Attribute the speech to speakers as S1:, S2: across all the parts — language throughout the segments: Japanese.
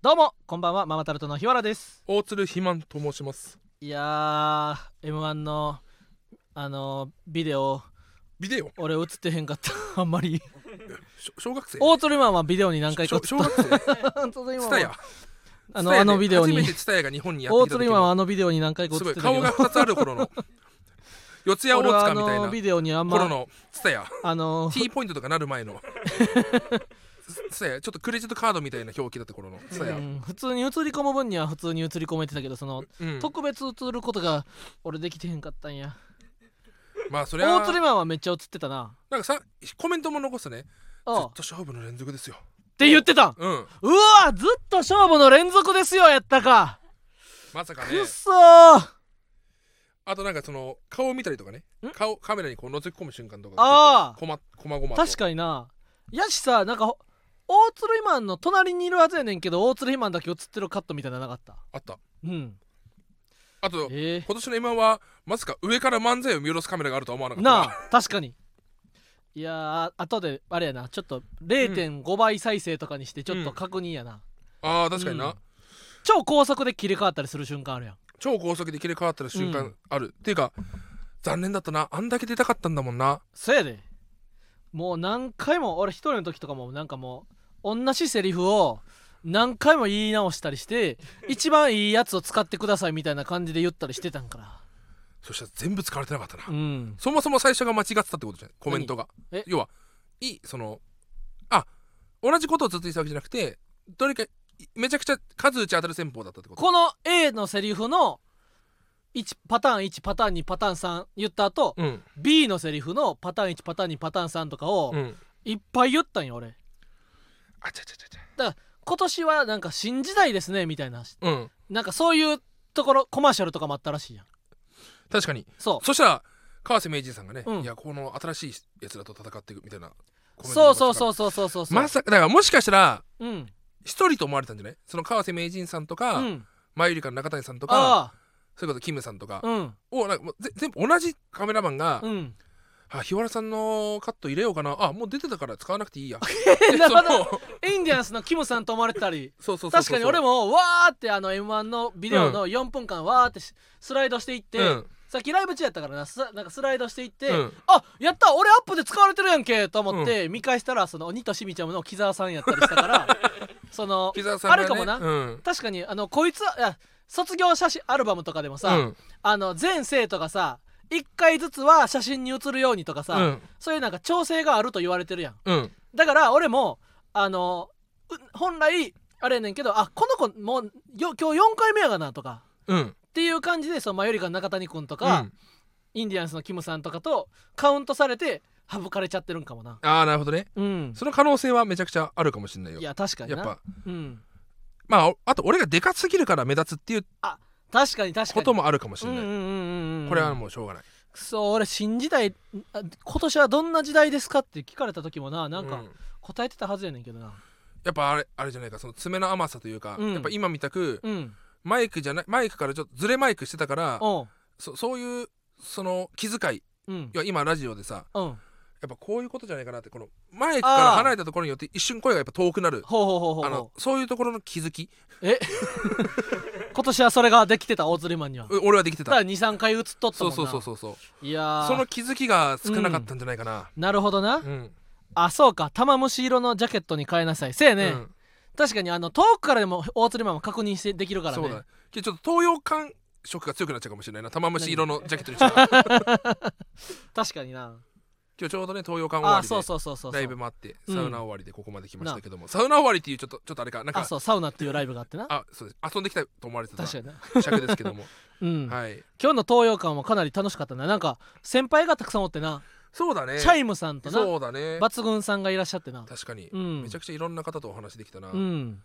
S1: どうもこんばんはママタルトの日原です
S2: 大鶴ひまんと申します
S1: いやー M1 のあのービデオ
S2: ビデオ
S1: 俺映ってへんかった あんまり
S2: しょ小学生
S1: 大鳥マンはビデオに何回
S2: し
S1: か映
S2: ょ
S1: っ
S2: 小学生
S1: た本当に今
S2: ツタヤ
S1: あのあのビデオに
S2: 初めてツタヤが日本にやっ
S1: 大
S2: てきた
S1: 鳥
S2: 時
S1: マンは
S2: の
S1: あのビデオに何回か映っ
S2: すご
S1: て
S2: い
S1: たけど
S2: 顔が2つある頃の四谷大
S1: 俺はあ
S2: 塚みたい
S1: の
S2: な
S1: ビデオにあん
S2: 頃
S1: ま
S2: のツタヤ
S1: あのー
S2: T ポイントとかなる 前のツタヤちょっとクレジットカードみたいな表記だった頃のツタヤ
S1: うん普通に映り込む分には普通に映り込めてたけどその
S2: うん
S1: 特別映ることが俺できてへんかったんや
S2: まあそれは
S1: 大鳥マンはめっちゃ映ってたな
S2: なんかさコメントも残すねずっ
S1: ああっ
S2: と勝負の連続ですよ
S1: て言ってたん
S2: うん
S1: うわずっと勝負の連続ですよやったか
S2: まさかね
S1: くっそー
S2: あとなんかその顔を見たりとかね
S1: ん
S2: 顔カメラにこう覗き込む瞬間とか
S1: ああ
S2: こまこまごまと
S1: 確かになやしさなんかほ大鶴ひまんの隣にいるはずやねんけど大鶴ひまんだけ映ってるカットみたいなのなかった
S2: あった
S1: うん
S2: あと
S1: え
S2: 今年の M1 はまさか上から漫才を見下ろすカメラがあるとは思わな
S1: え
S2: かった
S1: なあ確かにいやー後であれやなちょっと0.5倍再生とかにしてちょっと確認やな、
S2: ああ確かにな、
S1: うん超高速で切り替わったりする瞬間あるやん
S2: 超高速で切り替わったら瞬
S1: う
S2: 間
S1: ん
S2: ある、っていうか残念だったなあんだけ出たかったんだもんな
S1: そやでもう何回も俺一人の時とかもなんかもう同じセリフを何回も言い直したりして一番いいやつを使ってくださいみたいな感じで言ったりしてたんから
S2: そしたら全部使われてなかったな、
S1: うん
S2: そもそも最初が間違ってたってことじゃないコメントが
S1: 何え
S2: 要はいいそのあ同じことをずっと言ってたわけじゃなくてどれかいめちゃくちゃ数打ち当たる戦法だったってこと
S1: この A のセリフの1パターン1パターン2パターン3言った後、
S2: うん、
S1: B のセリフのパターン1パターン2パターン3とかを
S2: うん、
S1: いっぱい言ったんよ俺
S2: あちゃちゃちゃちゃ
S1: 今年はなんか新時代ですねみたいな
S2: うん
S1: なんかそういうところコマーシャルとかもあったらしいやん
S2: 確かに
S1: そう
S2: そしたら川瀬名人さんがね、
S1: うん
S2: いやこの新しいやつらと戦っていくみたいなコメン
S1: そ
S2: ト
S1: うそう
S2: う
S1: そうそうそうそうそう
S2: まさかだからもしかしたら
S1: うん
S2: 一人と思われたんじゃないその川瀬名人さんとか、
S1: うん、
S2: マユリカの中谷さんとか
S1: あ
S2: それこそキムさんとか
S1: あ、うん
S2: をなんかもうぜ全部同じカメラマンが、
S1: うん
S2: あ日原さんのカット入れようかなあもう出てたから使わなくていいや
S1: なるほど
S2: その
S1: インディアンスのキムさんと思われてたり
S2: そうそうそうそ
S1: 確
S2: う
S1: かに俺もわーってあの m 1のビデオの4分間わーってしスライドしていって、
S2: うん
S1: さっきライブ中やったからなすなんかスライドしていって、
S2: うん
S1: あやった俺アップで使われてるやんけと思って見返したらその鬼としみちゃんの木澤さんやったりしたから その
S2: 木澤さんが、ね、
S1: あれかもな
S2: うん
S1: 確かにあのこいつはいや卒業写真アルバムとかでもさ、
S2: うん
S1: あの全生徒がさ1回ずつは写真に写るようにとかさ、
S2: うん
S1: そういうなんか調整があると言われてるやん
S2: うん
S1: だから俺もあのう本来あれやねんけどあこの子もうよ今日4回目やがなとか
S2: うん
S1: っていう感じでそのマヨリカの中谷君とか、
S2: うん
S1: インディアンスのキムさんとかとカウントされて省かれちゃってるんかもな
S2: ああなるほどね
S1: うん
S2: その可能性はめちゃくちゃあるかもしれないよ
S1: いや確かに
S2: や
S1: な
S2: っぱ
S1: うん、
S2: まあおあと俺がでかすぎるから目立つっていう
S1: 確かに確か
S2: こ
S1: に
S2: ともあるかもしれない、
S1: うんうんうんうん
S2: これはもうしょうがない
S1: くそ俺新時代あ今年はどんな時代ですかって聞かれた時もななん
S2: う
S1: か答えてたはずやねんけどな
S2: やっぱあれあれじゃないかその爪の甘さというか、
S1: うん
S2: やっぱ今みたく
S1: うん
S2: マイクじゃないマイクからちょっとずれマイクしてたから
S1: おう
S2: そそういうその気遣い
S1: うん
S2: いや今ラジオでさ
S1: うん
S2: やっぱこういうことじゃないかなってこのマイクから離れたところによって一瞬声がやっぱ遠くなる
S1: ほうほうほうほう
S2: あ
S1: ほ
S2: のそういうところの気づき
S1: うえ今年はそれができてた大釣りマンには
S2: う俺はできて
S1: ただ
S2: た
S1: 23回映っとった
S2: そ
S1: もん
S2: う
S1: な
S2: そうそうそうそう
S1: いやー
S2: その気づきが少なかったんじゃないかな
S1: なるほどな、
S2: うん、うん
S1: あそうか玉虫色のジャケットに変えなさいせやね、確かにあの遠くからでも大釣りマンは確認してできるから
S2: そう
S1: ね
S2: だけどちょっと東洋感色が強くなっちゃうかもしれないな玉虫色のジャケットにしたら今
S1: 確かにな
S2: 日ちょうどね東洋感終わ
S1: あ
S2: りで
S1: そうそうそうそうそう
S2: ライブもあって
S1: うん
S2: サウナ終わりでここまで来ましたけども、サウナ終わりっていうちょっとちょっとあれかなんか
S1: あそうサウナっていうライブがあってな
S2: あそうです遊んできたと思われてた
S1: 確かにな、
S2: 尺ですけども
S1: うん
S2: はい
S1: 今日の東洋館もかなり楽しかったななんか先輩がたくさんおってな、
S2: そうだね
S1: チャイムさんとな
S2: そうだね
S1: 抜群さんがいらっしゃってな
S2: 確かに、
S1: うん
S2: めちゃくちゃいろんな方とお話できたな、
S1: うん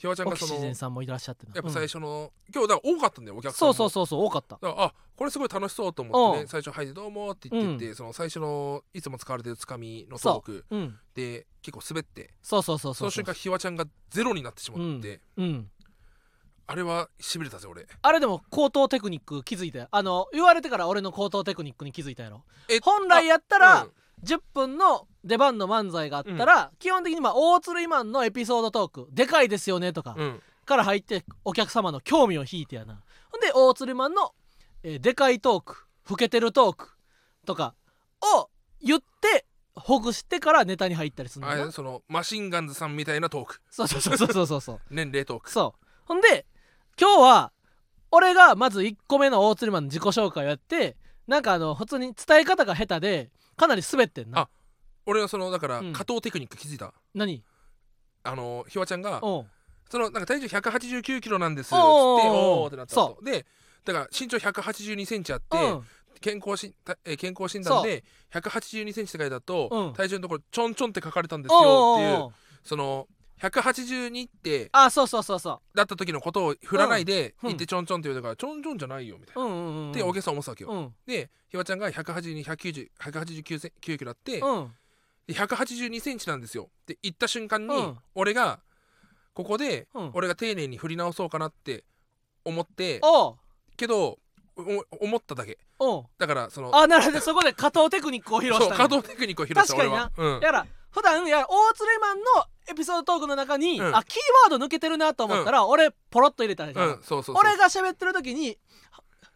S2: ひわちゃん
S1: オ
S2: が
S1: キ
S2: そ
S1: シ
S2: の
S1: ジ
S2: や
S1: ンさんもいらっしゃってな
S2: っぱ最
S1: 初、
S2: 初の、今日だから多かったんだよお
S1: う
S2: 客
S1: ん
S2: さん
S1: そ
S2: も
S1: うそうそうそう多かった
S2: だからあこれすごい楽しそうと思って
S1: う
S2: ね
S1: ん
S2: 最初「はいどうも」って言ってって、その最初のいつも使われてるつかみのトーク
S1: うん
S2: で結構滑って
S1: そうそうそう
S2: そ
S1: そう
S2: の瞬間ひわちゃんがゼロになってしまって、
S1: うん
S2: あれはしびれたぜ俺
S1: あれでも高等テクニック気づいたよあの言われてから俺の高等テクニックに気づいたやろ
S2: え
S1: 本来やったら、
S2: うん
S1: 10分の出番の漫才があったら、基本的にまあ大鶴マンのエピソードトークでかいですよねとか、
S2: うん
S1: から入ってお客様の興味を引いてやなほんで大鶴マンの、えーでかいトーク老けてるトークとかを言ってほぐしてからネタに入ったりするんだ
S2: あ
S1: よ
S2: れ
S1: な
S2: そのマシンガンズさんみたいなトーク
S1: そうそうそうそうそうそう
S2: 年齢トーク
S1: そうほんで今日は俺がまず1個目の大鶴マンの自己紹介をやってなんかあの普通に伝え方が下手でかなり滑ってんな
S2: あ俺はそのだから
S1: うん
S2: 加藤テクニック気づいた
S1: 何
S2: あのひわちゃんが
S1: おう
S2: そのなんか体重189キロなんですつって
S1: おうおうおう
S2: おーってなった
S1: そ
S2: とでだから身長182センチあって
S1: うん
S2: 健康しえー健康診断で182センチって書いてある
S1: う
S2: と
S1: ん
S2: 体重のところちょんちょんって書かれたんですよ
S1: おう
S2: って
S1: お
S2: い
S1: う
S2: う
S1: おう
S2: その182って
S1: あそうそうそうそ
S2: だった時のことを振らないで
S1: うん
S2: 言ってちょんちょんって言うだからちょんちょんじゃないよみたいうな
S1: うんうんうんうん
S2: で大げさ思ってたわけ
S1: う
S2: よ
S1: ん
S2: でひわちゃんが182189キロあって
S1: うん
S2: で182センチなんですよって言った瞬間に
S1: うん
S2: 俺がここで
S1: うん
S2: 俺が丁寧に振り直そうかなって思って
S1: おう
S2: けどお思っただけ
S1: おう
S2: だからその
S1: あなるほどそこで加藤テクニックを披露し
S2: そう
S1: たんや
S2: 可動テクニックを披露した俺は
S1: 確
S2: うん
S1: だから普段いや大鶴マンのエピソードトークの中に、
S2: うん
S1: あキーワード抜けてるなと思ったら、俺ポロッと入れたでしょ、
S2: うんそうそうそう
S1: 俺が喋ってる時に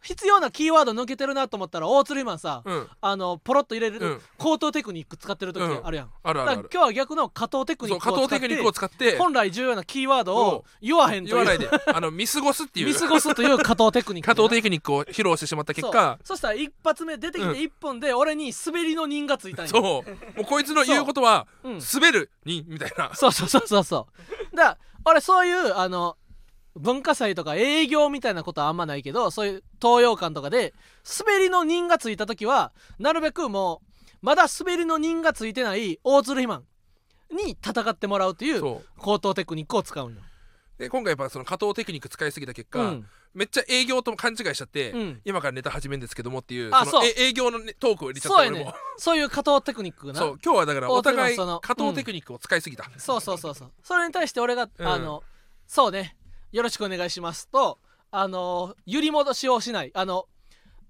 S1: 必要なキーワード抜けてるなと思ったら大鶴マンさ、
S2: うん
S1: あのポロッと入れ
S2: う
S1: る
S2: ん
S1: 口頭テクニック使ってる時あるやん、
S2: ある
S1: だか
S2: ある
S1: ら
S2: あ
S1: 今
S2: る
S1: 日は逆の加藤テクニ
S2: そう
S1: ック
S2: 加
S1: を
S2: 藤
S1: 使っ
S2: テクニック
S1: て
S2: を使って
S1: 本来重要なキーワード
S2: そ
S1: を言わへんと
S2: 言
S1: い
S2: わ
S1: う
S2: ないであの見過ごすっていう
S1: 見過ごすという加藤テクニック
S2: 加
S1: やな
S2: 藤テクニックを披露してしまった結果
S1: そうそしたら一発目出てき
S2: うん
S1: て一本で俺に滑りの人がついたんや
S2: そうもうこいつの言うことは
S1: うん
S2: 滑るにみたいな
S1: そうそうそうそうそうだから俺そういうあの文化祭とか営業みたいなことはあんまないけどそういう東洋館とかで滑りの人がついた時はなるべくもうまだ滑りの人がついてない大鶴肥満に戦ってもらうという
S2: そう
S1: 高等テクニックを使うんよ。
S2: で今回やっぱその加藤テクニック使いすぎた結
S1: う
S2: 果、
S1: ん、
S2: めっちゃ営業と勘違いしちゃって、
S1: うん
S2: 今からネタ始めるんですけどもっていう
S1: あ
S2: その
S1: そう
S2: え営業のねトークを入れちゃっ
S1: そう
S2: た
S1: や
S2: 俺
S1: ね
S2: も
S1: そういう加藤テクニックがな
S2: そう今日はだから
S1: お
S2: お互い
S1: その
S2: 加藤テクニックを使いすぎた、
S1: そうそうそうそうそれに対して俺が、
S2: うん
S1: あのそうねよろしくお願いしますとあの揺り戻しをしないあの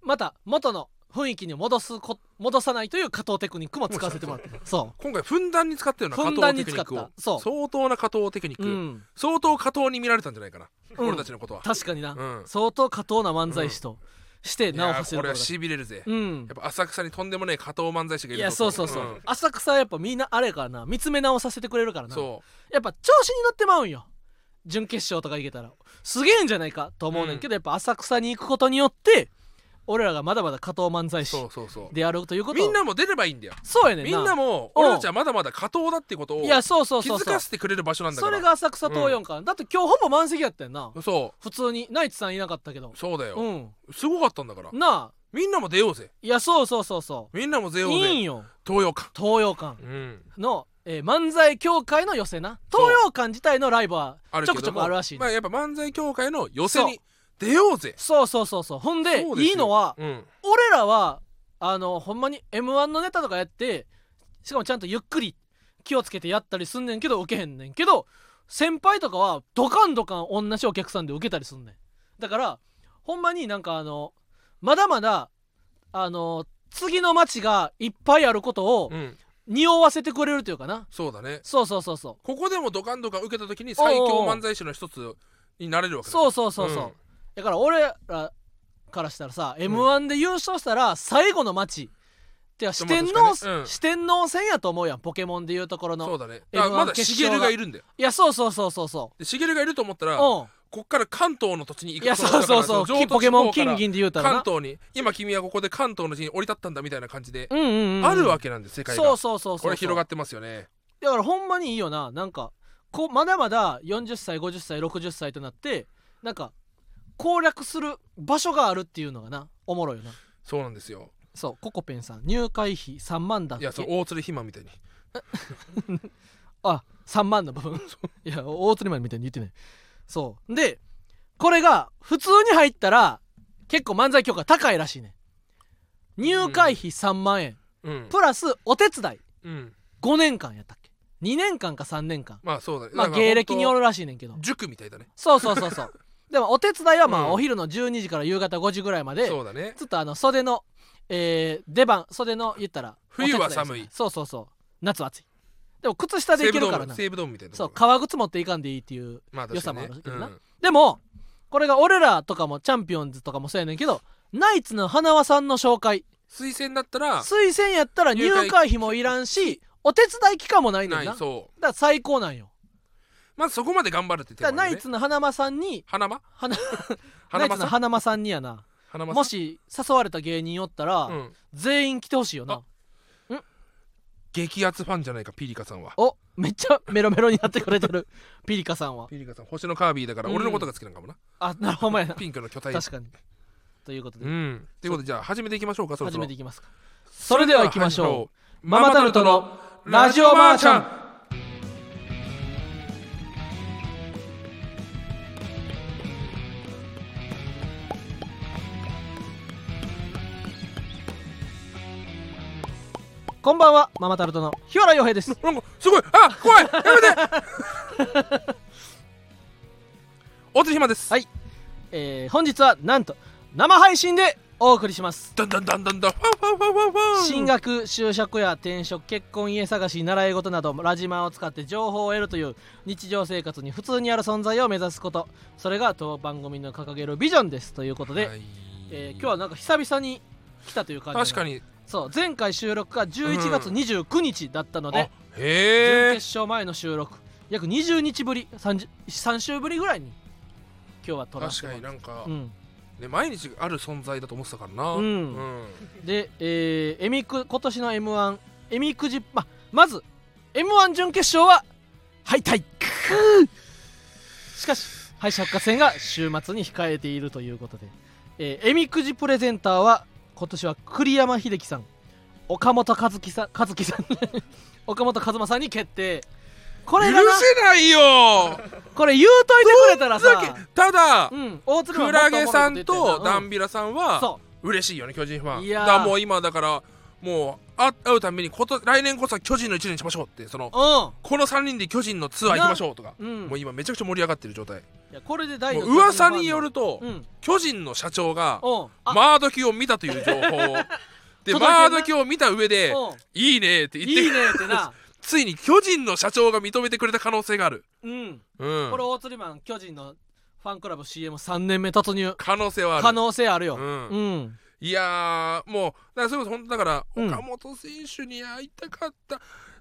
S1: また元の雰囲気に戻すこ戻さないという加藤テクニックも使わせてもらってそ
S2: 今回ふんだんに使ったような加
S1: ふん
S2: 藤
S1: だんに
S2: テクニック
S1: 使っ
S2: を
S1: たそう
S2: 相当な加藤テクニッ
S1: う、
S2: ク、
S1: うん、
S2: 相当加藤に見られたんじゃないかな、
S1: うん
S2: 俺たちのことは
S1: 確かにな、
S2: うん
S1: 相当加藤な漫才師として
S2: い
S1: 名を
S2: や
S1: 馳
S2: ー
S1: せる
S2: こ
S1: こと
S2: れは
S1: が
S2: しびれるぜ、
S1: うん
S2: やっぱ浅草にとんでもねえ加藤漫才師がいる
S1: いや
S2: ぞ
S1: そ
S2: と
S1: うそうそう、
S2: ん
S1: 浅草はやっぱみんなあれやからな見つめ直させてくれるからな
S2: そ
S1: やっぱ調子に乗ってまうんよ準決勝とか行けたらすげえんじゃないかと思うねんけど、やっぱ浅草に行くことによって俺らがまだまだ加藤漫才
S2: うそ
S1: 師
S2: うそうそう
S1: であるということを
S2: みんなも出ればいいんだよ
S1: そうやねん
S2: み
S1: なん
S2: なも
S1: うん
S2: 俺たちはまだまだ加藤だってことを
S1: いやそうそう
S2: 気
S1: そう
S2: づ
S1: そう
S2: かせてくれる場所なんだか
S1: そ
S2: ら
S1: れが浅草東四か、だって今日ほぼ満席やったよな
S2: そ
S1: 普通にナイツさんいなかったけど
S2: うそうだよ、
S1: うん
S2: すごかったんだから
S1: なあ
S2: みんなも出ようぜ
S1: いやそうそうそうそ
S2: みんなも出
S1: う
S2: よう
S1: いいん
S2: ぜ
S1: よ
S2: 東洋館
S1: 東洋館
S2: うん
S1: の、えー漫才協会の寄せな
S2: そう
S1: 東洋館自体のライブは
S2: ある
S1: ち
S2: け
S1: ょくち
S2: ど
S1: ょく
S2: も
S1: あるらしいね、
S2: まあ、やっぱ漫才協会の寄せに出ようぜ
S1: そうそうそうそうほんで
S2: そうすよ
S1: いいのは
S2: うん
S1: 俺らはあのほんまに m 1のネタとかやってしかもちゃんとゆっくり気をつけてやったりすんねんけど受けへんねんけど先輩とかはドカンドカン同じお客さんで受けたりすんねんだからほんまになんかあのまだまだあの次の街がいっぱいあることを
S2: うん
S1: 匂わせてくれるというかな
S2: そうだね
S1: そうそうそうそう
S2: ここでもドカンドカン受けた時に最強漫才師の一つになれるわけだ
S1: そうそうそうそう、
S2: うん
S1: だから俺らからしたらさ m 1で優勝したら最後の街ってか四天王、
S2: まあ確かにねうん
S1: 四天王戦やと思うやんポケモンでいうところ
S2: そ
S1: の
S2: うだね
S1: M1
S2: あまだ
S1: 決
S2: しげ
S1: 勝
S2: る
S1: が
S2: がいるんだよ
S1: いやそうそうそうそうそ
S2: でしげるがいると思った
S1: う
S2: らこ
S1: う
S2: っから関東の土地に行
S1: ん
S2: く
S1: いやそうそうそう
S2: だからの
S1: き
S2: 上都地
S1: ポケモン
S2: 方から
S1: 金銀で言うたらな
S2: 関東に今君はここで関東の地に降り立ったんだみたいな感じで
S1: うんうん、うん、
S2: あるわけなんです世界が
S1: そうそうそうそう
S2: これ広が
S1: っ
S2: ってますよね
S1: だからほんまにいいよななんかこうまだまだ40歳50歳60歳となってなんか攻略する場所があるっていうのがなおもろいよな
S2: そうなんですよ
S1: そうココペンさん入会費3万だっ
S2: い
S1: け
S2: やそう大鶴ひまみたいに
S1: あ3万の部分 いや大釣り前みたいに言ってないそうでこれが普通に入ったら結構漫才協会高いらしいね入会費3万円、
S2: うん
S1: プラスお手伝い
S2: うん
S1: 5年間やったっけ2年間か3年間
S2: まあそうだね
S1: まあ
S2: だから
S1: 芸歴によ
S2: 本
S1: るらしいねんけど
S2: 当塾みたいだね
S1: そうそうそう そうでもお手伝いはまあ
S2: うん
S1: お昼の12時から夕方5時ぐらいまで、
S2: そうだね
S1: ちょっとあの袖の、えー出番袖の言ったら
S2: 冬は
S1: お手伝いですね
S2: 寒い
S1: そうそうそう夏は暑いでも靴下でい
S2: 西
S1: け
S2: 武
S1: る
S2: ド
S1: か
S2: ー
S1: ら
S2: ム
S1: な
S2: 西武ドームみたいな
S1: そ
S2: と
S1: う
S2: ころ
S1: 革靴持っていかんでいいっていう
S2: まあ
S1: 良
S2: 確
S1: さ
S2: か
S1: も
S2: に
S1: あ
S2: ね
S1: るけど
S2: う
S1: なんでもこれが俺らとかもチャンピオンズとかもそうやねんけどナイツの花輪さんの紹介
S2: 推薦だったら
S1: 推薦やったら入会費もいらんしお手伝い期間もないねん
S2: な
S1: ないだか
S2: そう
S1: ら最高なんよ
S2: まずそこまで頑張るっ
S1: だ
S2: て言
S1: か
S2: って
S1: らナイツの花間さんに
S2: 花間
S1: 花ナ
S2: 花
S1: イ
S2: 間
S1: ツ
S2: さ
S1: の
S2: ん
S1: 花間さんにやな
S2: 花間さん
S1: もし誘われた芸人おったら、
S2: うん
S1: 全員来てほしいよな
S2: 激アツファンじゃないかピリカさんは
S1: おめっちゃメロメロになってくれてる ピリカさんは
S2: ピリカさん星のカービィだから
S1: うん
S2: 俺のことが好きなの かもな
S1: あなるほどお前やな
S2: ピンクの巨体
S1: 確かにということで、
S2: うんということでじゃあ始めていきましょうかそろそ
S1: 始
S2: ろ
S1: めていきますかそれでは行きましょうママタルトのラジオマーちゃんこんばんはママタルトの日原洋平です
S2: なんかすごいあ怖いやめて 大津ひまです
S1: はいえー本日はなんと生配信でお送りします
S2: だんだんだんだんだんファンファンファンファンファン
S1: 進学就職や転職結婚家探し習い事などラジマンを使って情報を得るという日常生活に普通にある存在を目指すことそれが当番組の掲げるビジョンですということで、
S2: はい
S1: えー今日はなんか久々に来たという感じ
S2: 確か
S1: に
S2: に
S1: そう前回収録が11月29日だったの
S2: あ
S1: で、準
S2: へえ
S1: 決勝前の収録約20日ぶり 3, 3週ぶりぐらいに今日は撮らせ
S2: 確
S1: て
S2: か
S1: もら
S2: に
S1: う
S2: なんか
S1: うん、
S2: ね毎日ある存在だと思ってたからな
S1: うん
S2: うん
S1: で、えー、エミク今年の m 1エミくじ、ま、まず m 1準決勝は敗退しかし敗者復活戦が週末に控えているということで、えー、エミくじプレゼンターは今年は栗山英樹さん岡本和樹さん和樹さん 岡本和真さんに決定こ
S2: 許
S1: れ
S2: せ
S1: がな
S2: ないよ
S1: これ言うといてくれたらさ
S2: ただ
S1: うん大鶴
S2: クラゲさんとダ
S1: ダ
S2: ン
S1: ン
S2: ビラさん
S1: ビ
S2: は
S1: そ
S2: 嬉しいよね巨人ファン
S1: いやー
S2: だからもう今だからもうあ会うためにこと来年こそは巨人の一年にしましょうってその
S1: う
S2: この3人で巨人のツアー行きましょうとか
S1: うんうん
S2: もう今めちゃくちゃ盛り上がってる状態
S1: いやこれで大
S2: も
S1: の
S2: う噂によると
S1: うん
S2: 巨人の社長が
S1: うんあ
S2: マードキを見たという情 報を
S1: 届いて
S2: で
S1: んな
S2: マードキを見た上で
S1: うん
S2: いいねって言って
S1: いいねって な
S2: ついに巨人の社長が認めてくれた可能性がある
S1: うん
S2: うん
S1: これ大釣りマン巨人のファンクラブ CM3 年目突入
S2: 可能性はある
S1: 可能性あるよ
S2: う
S1: うんん
S2: いやーもうだからそれこそ本当だから、
S1: うん
S2: 岡本選手に会いたかった、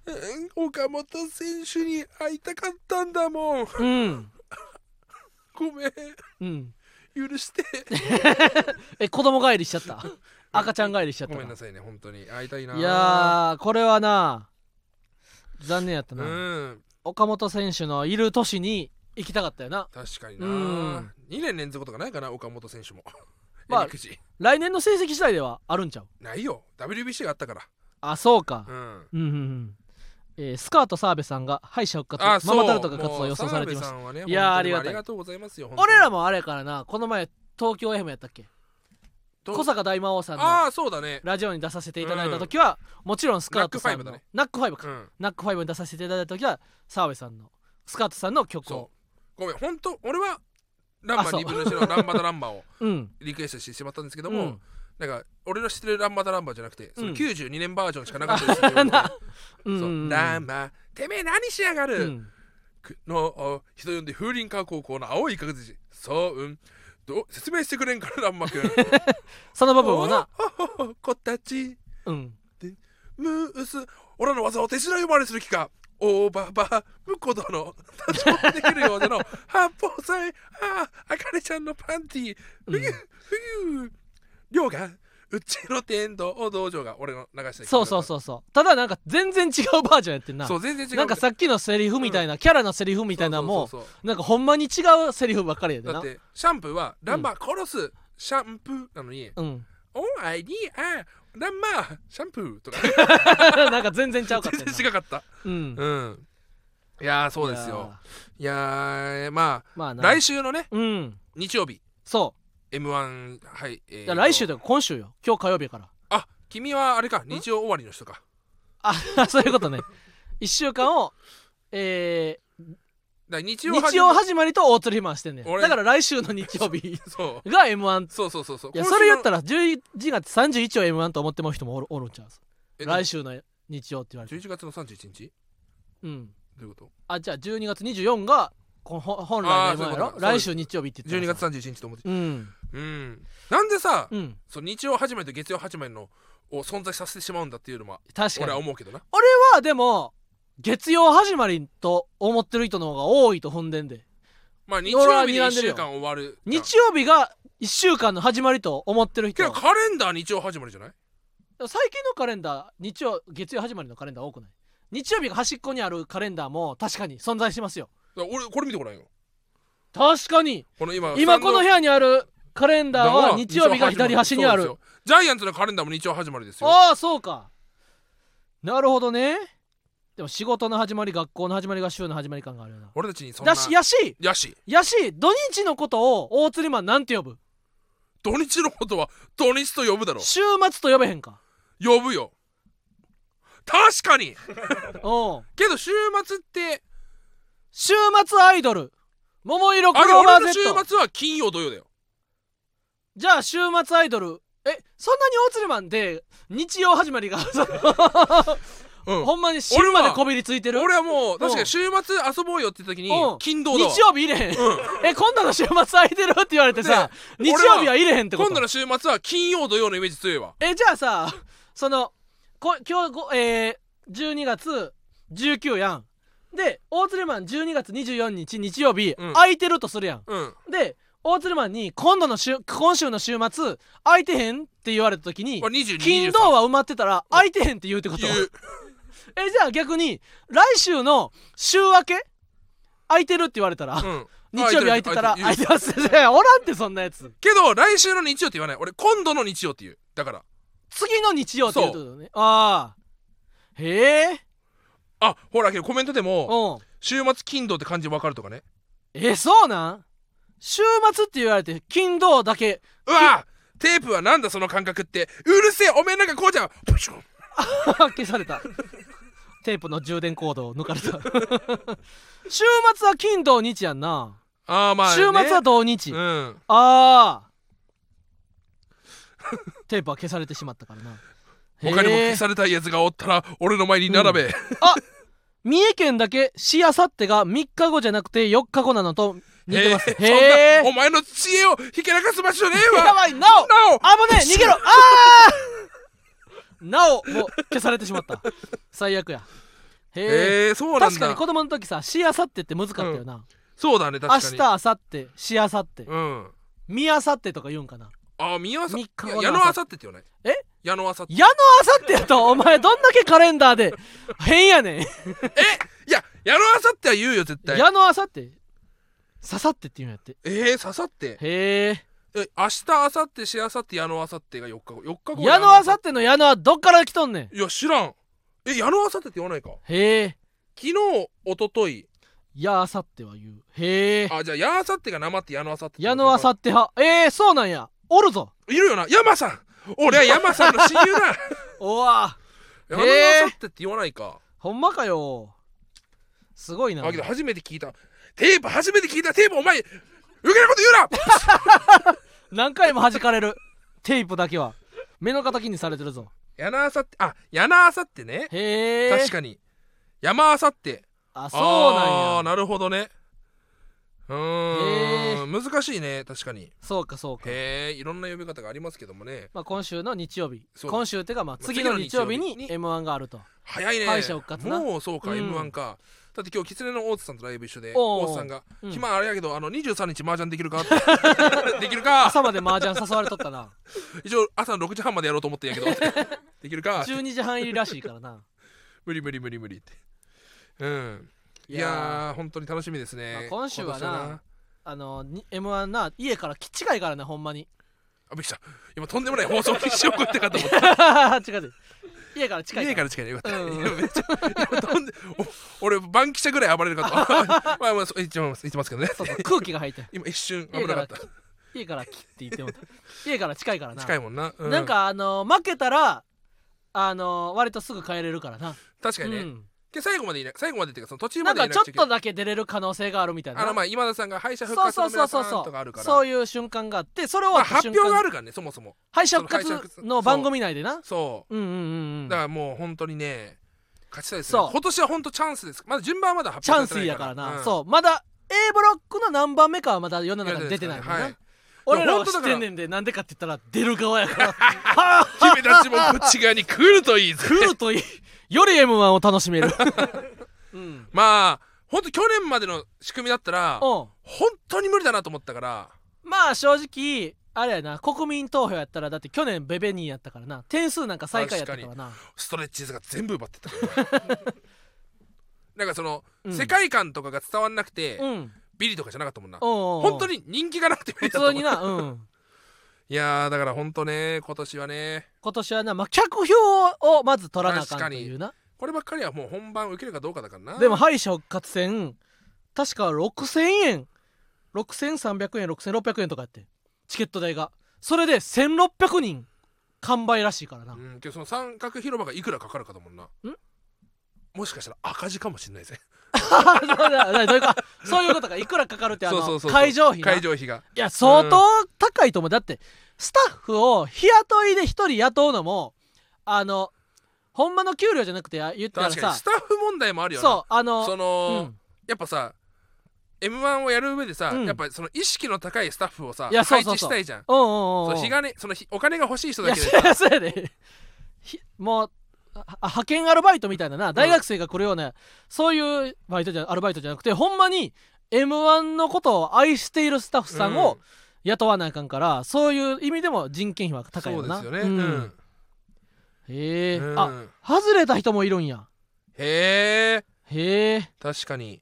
S2: うん岡本選手に会いたかったんだもん
S1: うん
S2: ごめ
S1: うん
S2: ん許して
S1: え子供帰りしちゃった 赤ちゃん帰りしちゃっ
S2: ご
S1: た
S2: めんな
S1: か
S2: さいね本当に会いたいない
S1: いやーこれはな残念やった
S2: う
S1: なん岡本選手のいる都市に行きたかったよな
S2: 確かにな、
S1: うん
S2: 2年連続とかないかな岡本選手も
S1: まあ
S2: まあ
S1: 来年の成績次第ではあるんちゃう
S2: ないよ WBC があったから
S1: あそうか
S2: うん
S1: うんうんうんえースカート澤部さんが敗者復
S2: あ
S1: 活ママタルトが勝つ
S2: も
S1: と
S2: う
S1: 予想されていま
S2: 澤
S1: す
S2: 部さんはね
S1: いやー
S2: 本当に
S1: ありがたい
S2: ありがとうございますよ本当に
S1: 俺らもあれやからなこの前東京 FM やったっけ
S2: ど
S1: 小坂大魔王さんの
S2: ああそうだね
S1: ラジオに出させていただいた時は、もちろんスカートさんの
S2: ナックファイブだね
S1: ナックファイブ
S2: う
S1: か、
S2: ん
S1: ナックファイブに出させていただいた時は澤部さんのスカートさんの曲を
S2: そうごめん本当俺はラン
S1: あ
S2: マ
S1: そう
S2: 2分の1のランマダランマを
S1: う、ん、
S2: リクエストしてしまったんですけど
S1: う
S2: も、
S1: ん
S2: なんか俺の知ってるランマダランマじゃなくて、その
S1: うん
S2: 92年バージョンしかなかったですよ、みたいな
S1: う
S2: そうんランマてめえ何しやが
S1: う
S2: る、
S1: ん
S2: くのお人呼んで風林火高校の青い角筋そううんどう説明してくれんからランマくん
S1: その部分をな、
S2: 子たち
S1: うん、
S2: ムース俺の技を手品呼ばれする気か大ババ婿殿立ち込んでくるようで の八方斎あああかねちゃんのパンティーふぎゅふぎゅ亮がうちの天道道場が俺の流した
S1: そうそう
S2: う
S1: そうそうただなんか全然違うバージョンやってんな
S2: そう全然違う
S1: なんかさっきのセリフみたいな、キャラのセリフみたいなもう
S2: そうそうそう
S1: なんかほんまに違うセリフばっかりやで
S2: だ
S1: な
S2: ってシャンプーはランマ殺す、シャンプーなのに、
S1: うん
S2: オンアイにあランマシャンプーとか
S1: なんか全然ちゃうかったよな
S2: 全然違かった
S1: うん
S2: うんいやーそうですよいやーま
S1: まあ
S2: あ
S1: な
S2: 来週のね
S1: うん
S2: 日曜日
S1: そう
S2: M1 はい、えー
S1: いや来週というか今週よ今日火曜日やから
S2: あ君はあれか日曜終わりの人か
S1: あ そういうことね1週間をえ
S2: だから
S1: ー
S2: 日曜
S1: 日曜始まりと大釣りマンしてんねん
S2: 俺
S1: だから来週の日曜日
S2: そう
S1: が m 1
S2: そうそうそうそう
S1: いやそれやった
S2: ら
S1: ら11月31を m 1と思ってもう人もおるおるんちゃう来
S2: 週
S1: 週の日曜って言われて
S2: 11月の31日
S1: うん
S2: どういうこと
S1: あじゃあ12月24がこのほ本来の M1 や
S2: あーそういう
S1: ろ
S2: ことだ
S1: 来週日曜日って言って
S2: ?12
S1: た
S2: 月31日と思って
S1: うん
S2: うんなんでさ、
S1: うん
S2: その日曜始めと月曜始めのを存在させてしまうんだっていうのは
S1: 確か
S2: 俺は
S1: に
S2: 思うけどな
S1: 俺はでも月曜始まりと思ってる人の方が多いと本んで
S2: まあ日
S1: 俺は
S2: 曜日で
S1: 睨
S2: 1
S1: んでる
S2: 週
S1: よ
S2: 間終わるな
S1: 日曜日が1週間の始まりと思ってる人
S2: けど
S1: は
S2: カレンダー日曜始まりじゃない
S1: 最近のカレンダー日曜月曜始まりのカレンダー多くない日曜日が端っこにあるカレンダーも確かに存在しますよ
S2: だから俺これ見てごらんよ
S1: 確かに
S2: この今
S1: 今この部屋にあるカレンダーは日曜日が左端にあ
S2: そう
S1: る
S2: ですよジャイアンツのカレンダーも日曜始まりですよ
S1: ああそうかなるほどねでも仕事の始まり学校の始まりが週の始まり感があるよな
S2: 俺たちにそんな
S1: だしやし
S2: やし
S1: やし土日のことを大釣りマンなんて呼ぶ
S2: 土日のことは土日と呼ぶだろ
S1: 週末と呼べへんか
S2: 呼ぶよ確かに
S1: うん
S2: けど週末って
S1: 週末アイドル桃色ク
S2: あれ
S1: ローバ
S2: 俺
S1: ー
S2: の週
S1: Z
S2: 末は金曜土曜だよ
S1: じゃあ週末アイドルえそんなに大釣りマンで日曜始まりが その
S2: うん
S1: ほんまに死ぬまでこびりついてる
S2: 俺はもう確か
S1: うん
S2: に週末遊ぼうよって言った時に
S1: うん
S2: 金土だわ
S1: 日曜日いれへん、え今度の週末空いてるって言われてさ日
S2: で
S1: 曜日はいれへんってこと
S2: 今度の週末は金曜土曜のイメージ強いわ
S1: えじゃあさそのこ今日ご、えー、12月19やんで大鶴マン12月24日日曜日、
S2: うん
S1: 空いてるとするやん
S2: うん
S1: で大鶴マンに今度の週今週の週末空いてへんって言われた時に
S2: まあ22
S1: 金
S2: 23
S1: 土は埋まってたら空いてへんって言うってこと
S2: 言う
S1: えじゃあ逆に来週の週明け空いてるって言われたら、
S2: うん
S1: 日曜日空いてたら
S2: 空
S1: 空
S2: い
S1: い
S2: て
S1: て
S2: る
S1: ます いやおらんってそんなやつ
S2: けど来週の日曜って言わない俺今度の日曜って言うだから
S1: 次の日曜って言うってことねああへえ
S2: あほらけどコメントでも
S1: うん
S2: 週末金土って漢字分かるとかね
S1: えそうなん週末って言われて金土だけ
S2: うわテープはなんだその感覚ってうるせえおめえなんかこうじゃんプシュン
S1: 消されたテープの充電コードを抜かれた週末は金土日やんな、
S2: ああまあ、ね、
S1: 週末は土日、あ
S2: うん
S1: あーテープは消されてしまったからな
S2: 他にも消
S1: へ
S2: されたいやつがおったら俺の前に並べ、
S1: えあ三重県だけしあさってが3日後じゃなくて4日後なのと似てます
S2: えーそんな
S1: え
S2: お前の知恵をひけらかす場所ねえ
S1: や
S2: わ
S1: ばいなお
S2: なお
S1: 危ねえ逃げろあーなおもう消されてしまった最悪やへえ
S2: えー、そうなん
S1: 確か
S2: だ
S1: に子供の時さ「しあさって」って難かったよな、
S2: そうだね
S1: 明
S2: 確か
S1: 日
S2: に
S1: 明後日しあさって
S2: うん
S1: みあさってとか言うんかな
S2: あ宮さん
S1: 三日後の朝
S2: 矢野あさってって言わない
S1: え
S2: 矢野あさって
S1: 矢のあさってやと お前どんだけカレンダーで変やねん
S2: いや矢野あさっては言うよ絶対
S1: 矢のあさってささってって言うんやって
S2: えー、刺さって
S1: へえ
S2: え明日あさってしあさって矢野あさってが4日後4日後
S1: 矢のあさ
S2: っ
S1: っての矢のはどっから来とんねん
S2: ていや知らんえ矢野あさってって言わないか
S1: へえ
S2: 昨日一昨日
S1: 矢あさっては言うへえ
S2: あじゃあ矢あさってが生って矢野あさって
S1: 矢のあさ
S2: っ
S1: って派えー、そうなんやおるぞ
S2: ているよな山さん俺は山さんの親 友だ
S1: おわ
S2: 矢
S1: へー
S2: 野あさってって言わないか
S1: ほんまかよ。すごいな。
S2: あけど初めて聞いたテープ初めて聞いたテープお前余計なこと言うな
S1: 何回も弾かれる。テープだけは。目の敵にされてるぞ。
S2: 矢野あさってあ矢野あさってね
S1: へえ。
S2: 確かに山あさって
S1: あ、そう
S2: あ
S1: な
S2: ー
S1: んや。
S2: なるほどねうーん難しいね確かに
S1: そうかそうか。
S2: へえいろんな呼び方がありますけどもね
S1: まあ、今週の日曜日。
S2: そう
S1: 今週ってか、まあ、
S2: まあ
S1: 次の日曜日に
S2: 次の日曜日
S1: M1 があると。
S2: 早いね
S1: 敗者復活な
S2: もうそうか、
S1: うん
S2: m 1かだって今日狐の大津さんとライブ一緒で
S1: おうおう
S2: 大津さんが「
S1: うん
S2: 暇あれやけどあの23日麻雀できるか?」って できる
S1: 朝
S2: か
S1: まで麻雀誘われとった な。
S2: 一応朝の6時半までやろうと思ってんや けど」できるか?」
S1: 12時半入りらしいからな。
S2: 無理無理無理無理」ってうんいや
S1: ー
S2: ー本当に楽しみですね、
S1: まあ今週はな
S2: 今年
S1: あの、に M1 な、家からきちがいからね、ほんま に。
S2: あびっくりした今とんでもない放送禁止を送ってかと思った
S1: 違うで。家から近い
S2: 家
S1: か。
S2: からら近いねよかった、
S1: うん
S2: いやめっちゃいやどんでお俺バンキシャぐらい暴れるか とまあまあそう言ってます言ってますけどね
S1: そうそう空気が入って。
S2: 今一瞬危なかった
S1: 家からきって言ってもうた。家から近いからな。
S2: 近いもんな、う
S1: なんかあの負けたらあの割とすぐ帰れるからな、
S2: 確か
S1: う
S2: にね、
S1: ん、
S2: で最後までいない最後までっていうかその途中
S1: な
S2: ま
S1: ん
S2: で
S1: か
S2: いな
S1: ちょっ
S2: くちゃいけ
S1: と
S2: ない
S1: だけ出れる可能性があるみたいな
S2: あのまあ今田さんが敗者復
S1: そう
S2: 活
S1: そ
S2: の
S1: うそう
S2: 皆
S1: そう
S2: さん
S1: そ
S2: とかあるか
S1: う
S2: ら
S1: そういう瞬間があってそれ終わ
S2: まあ、
S1: った
S2: 発
S1: 瞬
S2: 表があ
S1: 間
S2: るからねそもそも
S1: 敗者復
S2: その敗者復
S1: 活
S2: 活
S1: の番組内でな
S2: そ
S1: うんうんうんう
S2: うんだからもう本当にね勝ちたいですね
S1: そう
S2: 今年は本当チャンスですまだ順番はまだ
S1: チ
S2: 発
S1: ャン
S2: 表
S1: ス
S2: されてな
S1: や
S2: いか
S1: かららな、
S2: うん
S1: そうまだ A ブロックの何番目かはまだ世の中に出てないもんな、
S2: はい
S1: 俺らは
S2: でも
S1: 知っ
S2: 本当だから
S1: てんねんでなんでかって言ったら出る側やから はぁ
S2: 君たちもこっち側に来ると いいぜ
S1: 来るといいより M1 を楽しめ るうん
S2: まあ本当去年までの仕組みだった
S1: う
S2: ら
S1: ん
S2: 本当に無理だなと思ったから
S1: まあ正直あれやな国民投票やったらだって去年ベベニーやったからな点数なんか最下位やったからな
S2: ストレッチーズが全部奪ってた からなんかその、
S1: うん
S2: 世界観とかが伝わんなくて、
S1: うんうん
S2: ビリとかじゃなかったもんな
S1: 本
S2: 本当に人気がなくて無
S1: 普
S2: 理だったも
S1: 通
S2: ん
S1: になうん
S2: いやーだから本当ね今年はね
S1: 今年はな、まあ、客票をまず取らなあかんというな
S2: こればっかりはもう本番受けるかどうかだからな
S1: でも敗者復活戦確か6000円6300円6600円とかやってチケット代がそれで1600人完売らしいからな、
S2: うん、けどその三角広場がいくらかかるかだもんな。もしかしたら赤字かもしれないぜ。
S1: あ そうだだどういうことそういうことかいくらかかるってあの
S2: そうそうそうそう
S1: 会場費な
S2: 会場費が。
S1: いや相当高いと思う、だってスタッフを日雇いで一人雇うのもあのほんまの給料じゃなくてあ言ったら
S2: 確かに
S1: さ
S2: スタッフ問題もあるよな。
S1: そうあの
S2: そうの、
S1: ん、
S2: やっぱさ、M1 をやる上でさ、
S1: うん
S2: やっぱその意識の高いスタッフをさ、
S1: いやそう
S2: 配
S1: そう
S2: 置
S1: そう
S2: したいじゃん。
S1: うんうんうん
S2: そう日金その日お金が欲しい人
S1: い
S2: だ
S1: や
S2: けで
S1: そ
S2: さ
S1: うやそうやでひもうああ派遣アルバイトみたいなな大学生が来るような、そういうバイトじゃアルバイトじゃなくてほんまに m 1のことを愛しているスタッフさん
S2: う
S1: を
S2: ん
S1: 雇わなあかんから、そういう意味でも人件費は高いよ
S2: そうで
S1: な
S2: すよね。
S1: うん
S2: うん
S1: へえ、
S2: うん
S1: あ外れた人もいるんや
S2: へえ、
S1: へえ
S2: 確かに。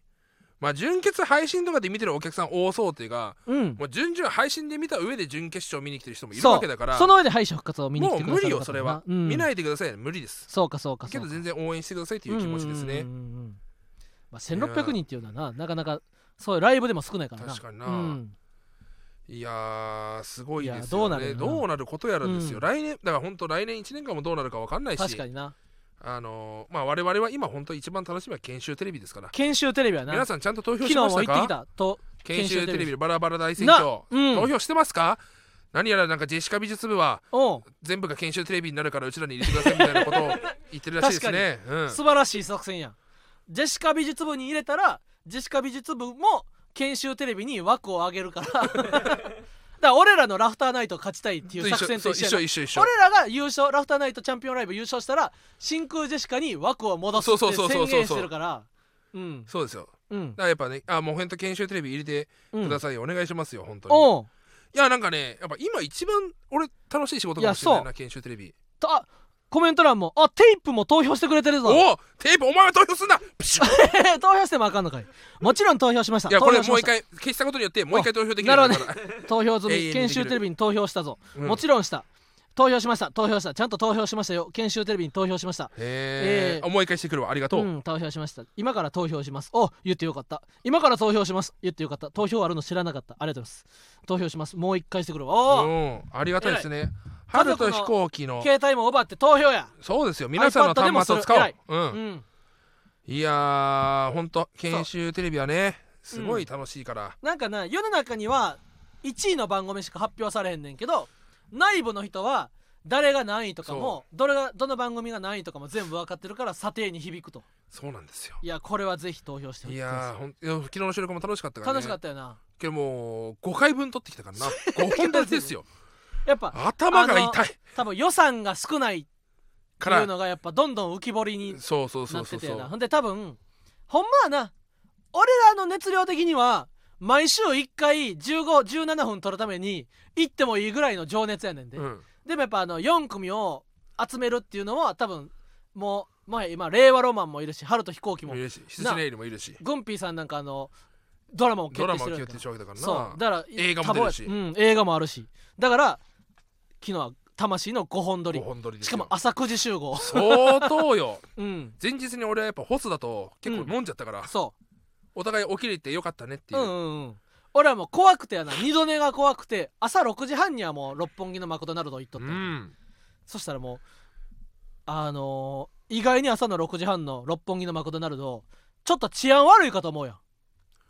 S2: まあ純潔配信とかで見てるお客さん多そうっていうか、
S1: うん
S2: もう順々配信で見た上で準決勝見に来てる人もいる
S1: そう
S2: わけだから、
S1: その上で敗者復活を見に来
S2: も
S1: て
S2: う
S1: くだ
S2: 無
S1: さ
S2: 理
S1: る
S2: よそれは、見
S1: い
S2: ないでくださいね無理です
S1: そうかそうかそ
S2: け
S1: う
S2: ど
S1: か
S2: 全然応援してくださいという気持ちですね
S1: うんうんうんうんうんまあ、1600人っていうのはななかなかそういうライブでも少ないからな
S2: 確かにな
S1: うん
S2: いやーすごいですよね
S1: いやどうなるの
S2: どうなることやらです
S1: う
S2: よ、
S1: ん
S2: 来年だから本当来年1年間もどうなるか分かんないし
S1: 確かにな
S2: あのーまあ我々は今本当一番楽しみは研修テレビですから
S1: 研修テレビはな
S2: 皆
S1: 昨
S2: さんちゃんと投票
S1: 日
S2: し
S1: も
S2: まし
S1: 行ったて
S2: か
S1: きたと
S2: 研修テレビ
S1: 研
S2: バラバラ大選
S1: な
S2: 挙、
S1: うん
S2: 投票してますか何やらなんかジェシカ美術部は
S1: おう
S2: 全部が研修テレビになるからうちらに入れてくださいみたいなことを 言ってるらしいですね、うん、
S1: 素晴らしい作戦やんジェシカ美術部に入れたらジェシカ美術部も研修テレビに枠をあげるから だから俺らのラフターナイト勝ちたいっていう作戦と一緒やな
S2: そう一緒一緒一緒
S1: 俺らが優勝ラフターナイトチャンピオンライブ優勝したら真空ジェシカに枠を戻すって
S2: そうそうそ
S1: 宣
S2: うそうそう
S1: 言してるからうん
S2: そうですよ
S1: うん
S2: だからやっぱねあもう本当研修テレビ入れて
S1: うん
S2: くださいよ、お願いしますよ本当に
S1: おう
S2: いやなんかねやっぱ今一番俺楽しい仕事かもしれないな研修テレビ
S1: とあコメント欄もあテープも投票してくれてるぞ
S2: おおテープお前は投票すんなピシュッ
S1: 投票してもあかんのかいもちろん投票しました
S2: いや
S1: 投
S2: こ
S1: 票
S2: れ
S1: し
S2: も
S1: ま
S2: う
S1: し
S2: 一
S1: た
S2: 回消したことによってもう一回投票でき
S1: な
S2: る
S1: るほどね
S2: だから
S1: 投票済
S2: 永遠
S1: み
S2: に
S1: 研修テレビに投票したぞ、
S2: うん
S1: もちろんした投票しました投票したちゃんと投票しましたよ研修テレビに投票しました
S2: へ
S1: え
S2: えもう一回してくるわありがとう、
S1: ん、投票しました今から投票しますお言ってよかった今から投票します言ってよかった投票あるの知らなかったありがとうございます投票しますもう一回してくるわ
S2: う
S1: おー
S2: んありがたいですね
S1: 偉い
S2: 春と飛行機の
S1: 携帯も奪って投票や
S2: そうですよ皆さんの
S1: iPad でも
S2: 端
S1: す
S2: 末
S1: る
S2: を使
S1: 偉
S2: お、
S1: いう
S2: う、
S1: うんん
S2: いやー本当研修テレビはねすごい楽しいから、
S1: なんかな世の中には1位の番組しか発表されへんねんけど内部の人は誰が何位とかもどれがどの番組が何位とかも全部分かってるから査定に響くと
S2: そうなんですよ
S1: いやこれはぜひ投票してほし
S2: い
S1: い
S2: やーほんいや昨日の収録も楽しかったから、ね、
S1: 楽しかったよな
S2: けどもう5回分取ってきたから な5本取りですよ
S1: やっぱ
S2: 頭が痛い
S1: 多分予算が少ないっ
S2: か
S1: てい
S2: ら
S1: うのがやっぱどんどん浮き彫りに
S2: そうそうそ
S1: な
S2: う
S1: って
S2: そう
S1: て
S2: そ
S1: やな
S2: う
S1: ほんで多分ほんまはな俺らの熱量的には毎週1回1517分取るために行ってもいいぐらいの情熱やねんで、
S2: うん
S1: でもやっぱあの4組を集めるっていうのは多分もう前今令和ロマンもいるし春と飛行機も
S2: いるしシスネイルもいるし
S1: グンピーさんなんかあのドラマを決
S2: ド
S1: 定
S2: ラマ
S1: し
S2: を
S1: てる
S2: 決
S1: やんか
S2: 定したわ
S1: そ
S2: けだからな
S1: うだから
S2: 映画も出るし
S1: 多忙やうん、映画もあるしだから昨日は魂の5本撮り
S2: 5本撮りで
S1: し
S2: す
S1: か
S2: よ
S1: も朝9時集合
S2: 相当よ
S1: うん
S2: 前日に俺はやっぱホスだと結構飲んじゃったから、
S1: そ
S2: お互い起きれてよかったねって
S1: う
S2: いう、
S1: うんうんうん俺はもう怖くてやな二度寝が怖くて朝6時半にはもう六本木のマクドナルド行っとったの、
S2: うん
S1: そしたらもうあのー意外に朝の6時半の六本木のマクドナルドちょっと治安悪いかと思うやん、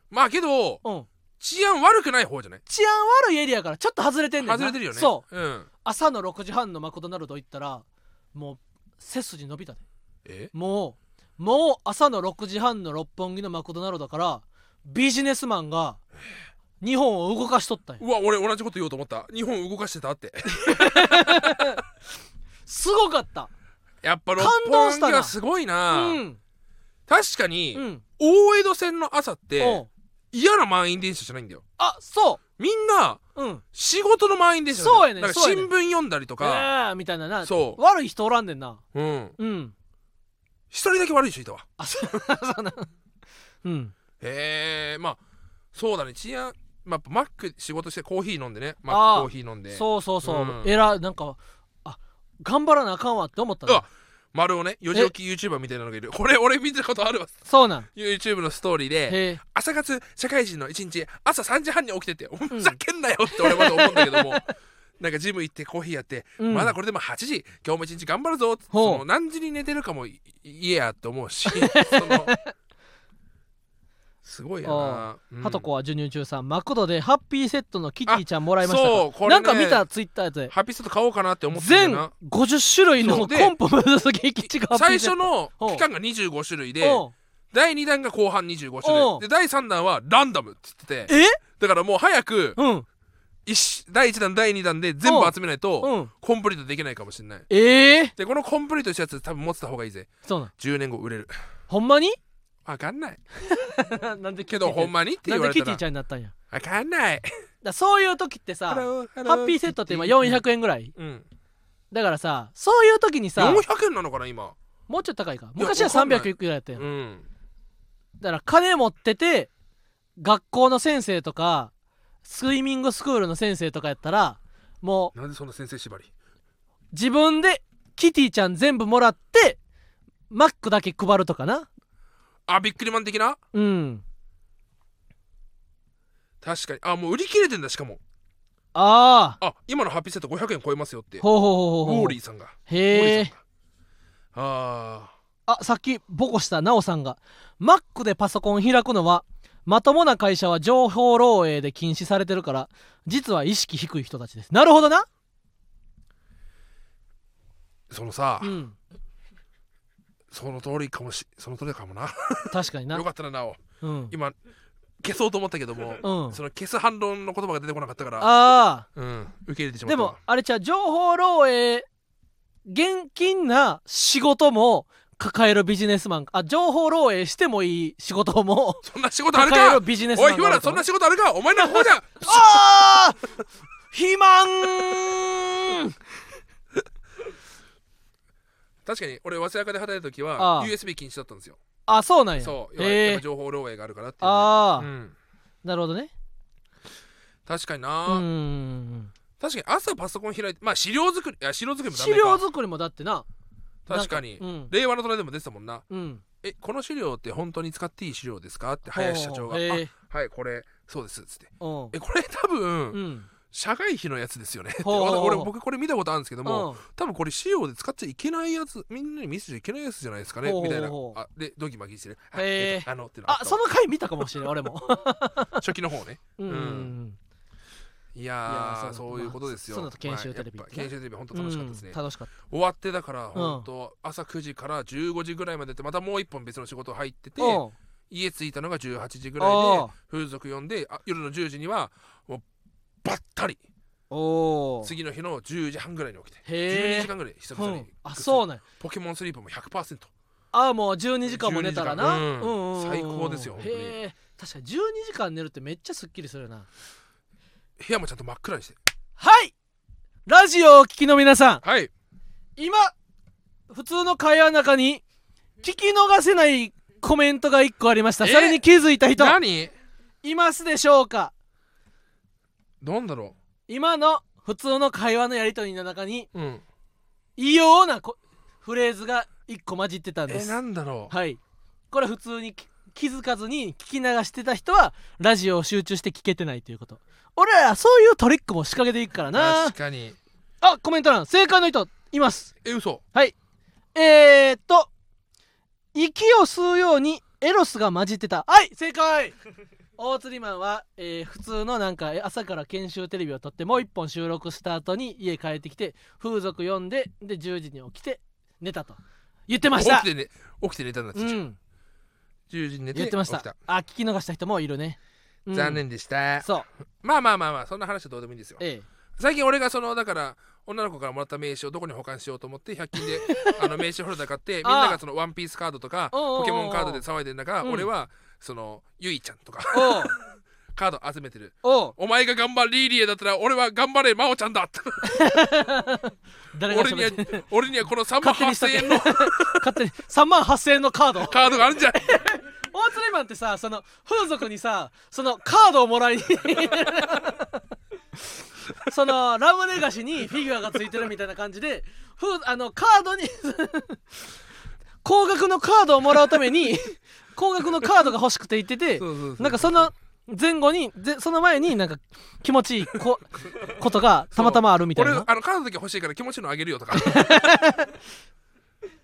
S2: まあけど
S1: うん、
S2: 治安悪くない方じゃない
S1: 治安悪いエリアからちょっと外れてんねんな
S2: 外れてるよね、
S1: そう
S2: うん、
S1: 朝の6時半のマクドナルド行ったらもう背筋伸びたで
S2: え
S1: もうもう朝の6時半の六本木のマクドナルドからビジネスマンが日本を動かしとったんよ
S2: うわ俺同じこと言おうと思った日本動かしてたって
S1: すごかった
S2: やっぱ六
S1: 感動し
S2: 本
S1: た
S2: 木
S1: な
S2: はすごいな
S1: うん
S2: 確かに、
S1: うん
S2: 大江戸線の朝っ
S1: お
S2: て
S1: う
S2: 嫌な満員電車じゃないんだよ
S1: あそ
S2: みんな
S1: ううん
S2: 仕事の満員電車なんだ
S1: そう
S2: よ
S1: やねん
S2: なんか
S1: そうや
S2: 新
S1: ねん
S2: 聞読んだりと
S1: え
S2: か
S1: ーみたいなな
S2: そ
S1: 悪い人おらんねんな
S2: ううん
S1: うん
S2: 一人だけ悪い人いたわ
S1: あそうそうなんうん
S2: へえまあそうだね治安、まあ、やっぱマック仕事してコーヒー飲んでね
S1: あ
S2: マック
S1: ー
S2: コーヒー飲んで
S1: そうそうそう、
S2: うん
S1: えらなんかあ頑張らなあかんわって思った
S2: う
S1: ね
S2: わ丸をね四時起き YouTuber みたいなのがいるこれ俺見たことあるわ
S1: そうなん
S2: YouTube のストーリーで
S1: へえ
S2: 朝活社会人の一日朝3時半に起きててお前
S1: うん
S2: ふざけんなよって俺まで思うんだけども なんかジム行ってコーヒーやって、
S1: うん
S2: まだこれでも8時今日も一日頑張るぞって
S1: ほう
S2: その何時に寝てるかもい言えやって思う しそのすごいよな、うん
S1: ハトコは授乳中さんマクドでハッピーセットのキティちゃんもらいましたか
S2: そうこれ、
S1: な
S2: ね、
S1: んか見たツイッターで
S2: ハピスト買おうかなって思ってる
S1: 全
S2: な
S1: 50種類
S2: そ
S1: の
S2: うで
S1: コンポムーズ激地が
S2: 最初の期間が25種類で第2弾が後半25種
S1: お
S2: 類
S1: う
S2: で第3弾はランダムって言ってて
S1: え
S2: だからもう早く
S1: うん
S2: 一第1弾第2弾で全部集めないと
S1: うん
S2: コンプリートできないかもしれない
S1: ええ
S2: でこのコンプリートしたやつ多分持ってた方がいいぜ
S1: そうなん
S2: 10年後売れる
S1: ほんまに
S2: わか んない
S1: なんで
S2: けどほん
S1: ま
S2: まにって
S1: な
S2: 言
S1: ん
S2: わ
S1: でキ
S2: れた
S1: ティ
S2: ら
S1: ちゃんになったんや
S2: わかんない
S1: だそういう時ってさ
S2: ハ
S1: ハ
S2: ローハロ
S1: ッピーセットって今400円ぐらい
S2: うん
S1: だからさそういう時にさ
S2: 400円なのかな今
S1: もうちょっと高いか
S2: いや
S1: 昔は
S2: わかんない
S1: 300いくらやった
S2: う
S1: やん
S2: ん
S1: だから金持ってて学校の先生とかスイミングスクールの先生とかやったらもう
S2: なんでそんな先生縛り
S1: 自分でキティちゃん全部もらってマックだけ配るとかな
S2: あビックリマン的な
S1: うん
S2: 確かにあもう売り切れてんだしかも
S1: ああ
S2: あ今のハッピーセット500円超えますよって
S1: ほうほうほ
S2: ウ
S1: うほう
S2: ォ
S1: ほ
S2: ー
S1: う
S2: リーさんがウォー
S1: へ
S2: リー
S1: え
S2: さんがあ
S1: あさっきボコしたナオさんがマックでパソコン開くのはまともな会社は情報漏洩で禁止されてるから実は意識低い人たちですなるほどな
S2: ーそのさ、
S1: うん
S2: その通りかもしその通りかもな
S1: 確かにな
S2: よかったななお
S1: うん
S2: 今消そうと思ったけども、
S1: うん
S2: その消す反論の言葉が出てこなかったから
S1: あ
S2: うん受け入れてし
S1: あ
S2: まっ
S1: で
S2: た
S1: も
S2: わ
S1: あれじゃう情報漏洩現金な仕事も抱えるビジネスマンあ情報漏洩してもいい仕事も
S2: そんな仕事 ある
S1: 抱える
S2: か
S1: ビジネスマ
S2: お
S1: ン
S2: い日原そんな仕事あるかお前らここじゃん
S1: ああ肥満
S2: 確かに俺早稲かで働いた時
S1: あ
S2: は
S1: あ
S2: USB 禁止だったんですよ
S1: あそうなんや
S2: そう要はや
S1: へ
S2: っぱ
S1: え
S2: 情報漏洩があるからっていうね、
S1: ああ、
S2: うん
S1: なるほどね
S2: 確かに
S1: う
S2: な、
S1: ーん
S2: 確かに朝パソコン開いてまあ資料作りいや資料作りもダメ
S1: 資
S2: か
S1: 料作りもだってな
S2: 確かに、
S1: うん
S2: 令和のトラでも出てたもんな
S1: うん
S2: えこの資料って本当に使っていい資料ですかって林社長が「
S1: ほうほうへ
S2: あ
S1: え
S2: はいこれそうです」っつって
S1: うん
S2: 「えこれ多分、
S1: うん
S2: 社外費のやつですよね」って
S1: ほうほうほう
S2: 俺僕これ見たことあるんですけど
S1: う
S2: も、
S1: ん
S2: 多分これ資料で使っちゃいけないやつみんなに見せちゃいけないやつじゃないですかね
S1: ほうほう
S2: みたいな
S1: ほう
S2: あでドギマギしてね「
S1: へえ
S2: えっとあの」っての
S1: あそ
S2: の
S1: の回見たかもしれん俺も
S2: 初期の方ね
S1: うん、
S2: うんいや
S1: い
S2: ー
S1: やー
S2: そ
S1: そうう
S2: い
S1: いううこ
S2: こ
S1: と
S2: とですよ、
S1: まあそそうなった研修テレビ
S2: やっぱ
S1: ね
S2: 研修テレビ本当楽しかったですね、
S1: 楽しかった
S2: 終わってだから本当、朝9時から15時ぐらいまででまたもう一本別の仕事入ってて、
S1: うん
S2: 家着いたのが18時ぐらい
S1: あ
S2: で
S1: あ
S2: 風俗呼んであ夜の10時にはもうばったり
S1: おお
S2: 次の日の10時半ぐらいに起きて
S1: へ
S2: 12
S1: え
S2: 時間ぐらい久
S1: う
S2: 々に
S1: ん、あそうなんや
S2: ポケモンスリープも100%
S1: あもう12時間も寝たらな、
S2: 12時間う
S1: ん
S2: ん
S1: んん
S2: 最高ですよ本当に
S1: へえ確かに12時間寝るってめっちゃすっきりするよな
S2: 部屋もちゃんと真っ暗にして
S1: はいラジオをお聞きの皆さん
S2: はい
S1: 今普通の会話の中に聞き逃せないコメントが1個ありました
S2: え
S1: それに気づいた人
S2: 何
S1: いますでしょうか
S2: なんだろ
S1: 今の普通の会話のやり取りの中に
S2: ううん
S1: 異様なこフレーズが1個混じってたんで
S2: え
S1: す
S2: なんだろう
S1: はいこれ普通にき気づかずに聞き流してた人はラジオを集中して聞けてないということ俺らそういうトリックも仕掛けていくからな
S2: 確かに
S1: あコメント欄正解の人います
S2: え嘘
S1: はいえー、っと息を吸うようにエロスが混じってたはい正解大釣りマンは、えー普通のなんかえ朝から研修テレビを撮ってもう一本収録した後に家帰ってきて風俗読んでで10時に起きて寝たと言ってまし
S2: 起
S1: た
S2: きてね起きて寝たんだって
S1: う
S2: 10
S1: ん
S2: 時に寝て
S1: 言ってまし
S2: 起き
S1: たあ聞き逃した人もいるね、うん
S2: 残念でした、
S1: そう
S2: まあまあまあまあそんな話はどうでもいいんですよ
S1: え
S2: 最近俺がそのだから女の子からもらった名刺をどこに保管しようと思って100 均であの名刺ホルダー買ってみん
S1: あー
S2: ながそのワンピースカードとか
S1: おうおうおう
S2: ポケモンカードで騒いでる中
S1: うん
S2: 俺はそのゆいちゃんとか
S1: えおう
S2: カード集めてる
S1: おう
S2: お前が頑張れリーリエだったら俺は頑張れ真央ちゃんだ
S1: 誰が
S2: 俺に
S1: 喋
S2: は
S1: って
S2: 俺にはこの3万
S1: 勝手にしと
S2: 8000
S1: け
S2: 円の
S1: 勝手に3万8000円のカード
S2: カードがあるんじゃない
S1: 大鶴マンってさその風俗にさそのカードをもらいにそのラブレガシにフィギュアがついてるみたいな感じでふあのカードに高額のカードをもらうために高額のカードが欲しくて言ってて
S2: そうそうそう
S1: なんかその前後にぜその前になんか気持ちいいこことがたまたまあるみたい
S2: 俺
S1: な
S2: あのカードだけ欲しいから気持ちいいのあげるよ とか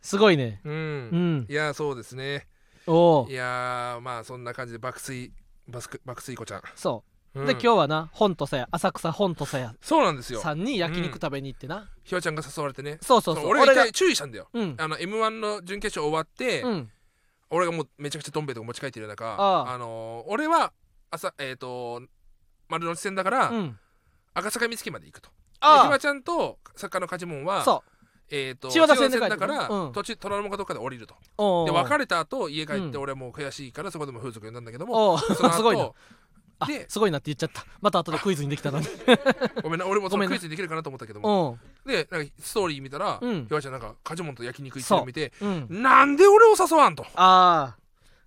S1: すごいね
S2: うん、
S1: うん
S2: いやそうですね
S1: おお
S2: いやーまあそんな感じで爆睡バスク爆睡子ちゃん、
S1: そう、
S2: うん
S1: で今日はな本土さや浅草本土さや
S2: そうなんですよ
S1: さんに焼肉食べに行ってな、
S2: ひわちゃんが誘われてね
S1: そうそうそう
S2: の俺が一
S1: が
S2: 回注意したんだよ
S1: うん
S2: あの m 1の準決勝終わって、
S1: うん
S2: 俺がもうめちゃくちゃどん兵衛とか持ち帰ってる中
S1: ああ
S2: のー俺は朝えっ、と丸の内線だから、
S1: うん
S2: 赤坂見附まで行くとでひ
S1: あ
S2: わちゃんと作家の勝ちもん
S1: あ
S2: は
S1: そ
S2: えーと
S1: 千代田線で
S2: 千代だから、
S1: 帰ってくるうん
S2: 途中虎ノ門かどっかで降りると
S1: うお
S2: で
S1: う
S2: 別れた後家帰っ
S1: うん
S2: て俺はもう悔しいからそこでも風俗呼んだんだけども
S1: おう
S2: その 後
S1: すごいなあ
S2: です
S1: ごいなって言っちゃったまた後でクイズにできたのに
S2: ごめんな俺もそ
S1: ごめ
S2: の
S1: んな
S2: クイズできるかなと思ったけど
S1: う
S2: も
S1: ん
S2: でなんかストーリー見たら、
S1: うん
S2: ひわちゃんなんかカジモンと焼肉行ってるの見て
S1: うん
S2: なんで俺を誘わんと
S1: ああ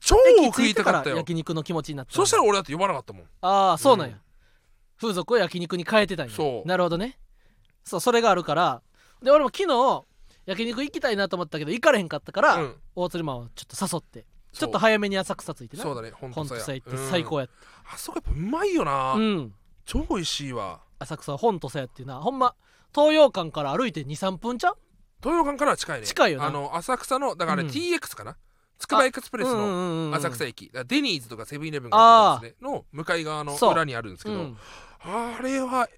S2: 超
S1: 駅
S2: 食
S1: 着い
S2: い
S1: て
S2: た
S1: か
S2: かっ
S1: ら
S2: たよ
S1: 焼肉の気持ちになった
S2: そしたら俺だって呼ばなかったもん
S1: ああそうなんや、
S2: うん
S1: 風俗を焼肉に変えてたんや
S2: そう
S1: なるほどねそうそれがあるからで俺も昨日焼肉行きたいなと思ったけど行かれへんかったから、
S2: うん
S1: 大鶴マンをちょっと誘ってち
S2: そ
S1: ょ
S2: う
S1: っと早めに浅草ついてな
S2: そうだね本当
S1: 本
S2: さ
S1: 土
S2: や
S1: さや行って最
S2: うん
S1: 高やっ
S2: あそこやっぱうまいよ
S1: た
S2: な、
S1: うん
S2: 超美味しいわ
S1: 浅草本土さやっていうなほんま東洋館から歩いて23分ちゃう
S2: 東洋館からは近いね
S1: 近いよな
S2: あの浅草のだからあれ
S1: うん
S2: TX かな、つくばエクスプレスの
S1: の
S2: 浅草
S1: 駅
S2: 駅、だからデニーズとかセブンイレブンがあるとこですねの向かい側の
S1: そう
S2: 裏にあるんですけど、あれは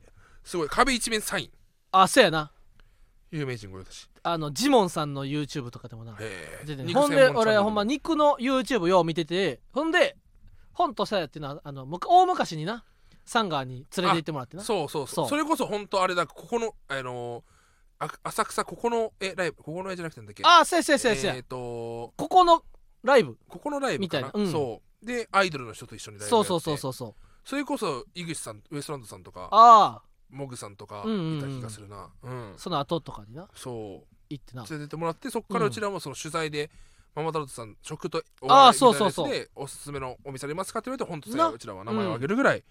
S2: すごい壁一面サイン
S1: あそうやな
S2: 有名人ご用達
S1: あのジモンさんの YouTube とかでもな
S2: へ
S1: 出て
S2: え
S1: んねんほんで俺ほんま肉の YouTube よう見ててほんで本とさやっていうのはあのむか大昔になサンガーに連れて行ってもらってな
S2: そうそうそ
S1: そ
S2: う
S1: う
S2: それこそ本当あれだここのあのーあ浅草ここのえライブここの絵じゃなくてなんだっけ
S1: あそうやそうやそうやそうや、
S2: えっ、と
S1: ここのライブ
S2: ここのライブかな
S1: みたいなうん
S2: そうでアイドルの人と一緒にライブ
S1: そうそうそう
S2: う
S1: そうそう
S2: それこそ井口さんウエストランドさんとか
S1: あ
S2: モグさんとか
S1: うんうんうん
S2: いた気がするなうん、
S1: あその後とかにな
S2: そう
S1: 行ってな
S2: 連れてってもらってそこからうちらもその取材で、ママタルトさん食とお
S1: ああ
S2: 笑いみたいなやつ
S1: そうそうそ
S2: でおすすめのお店ありますかって言われて本当
S1: な
S2: にうちらは名前を挙げるぐらい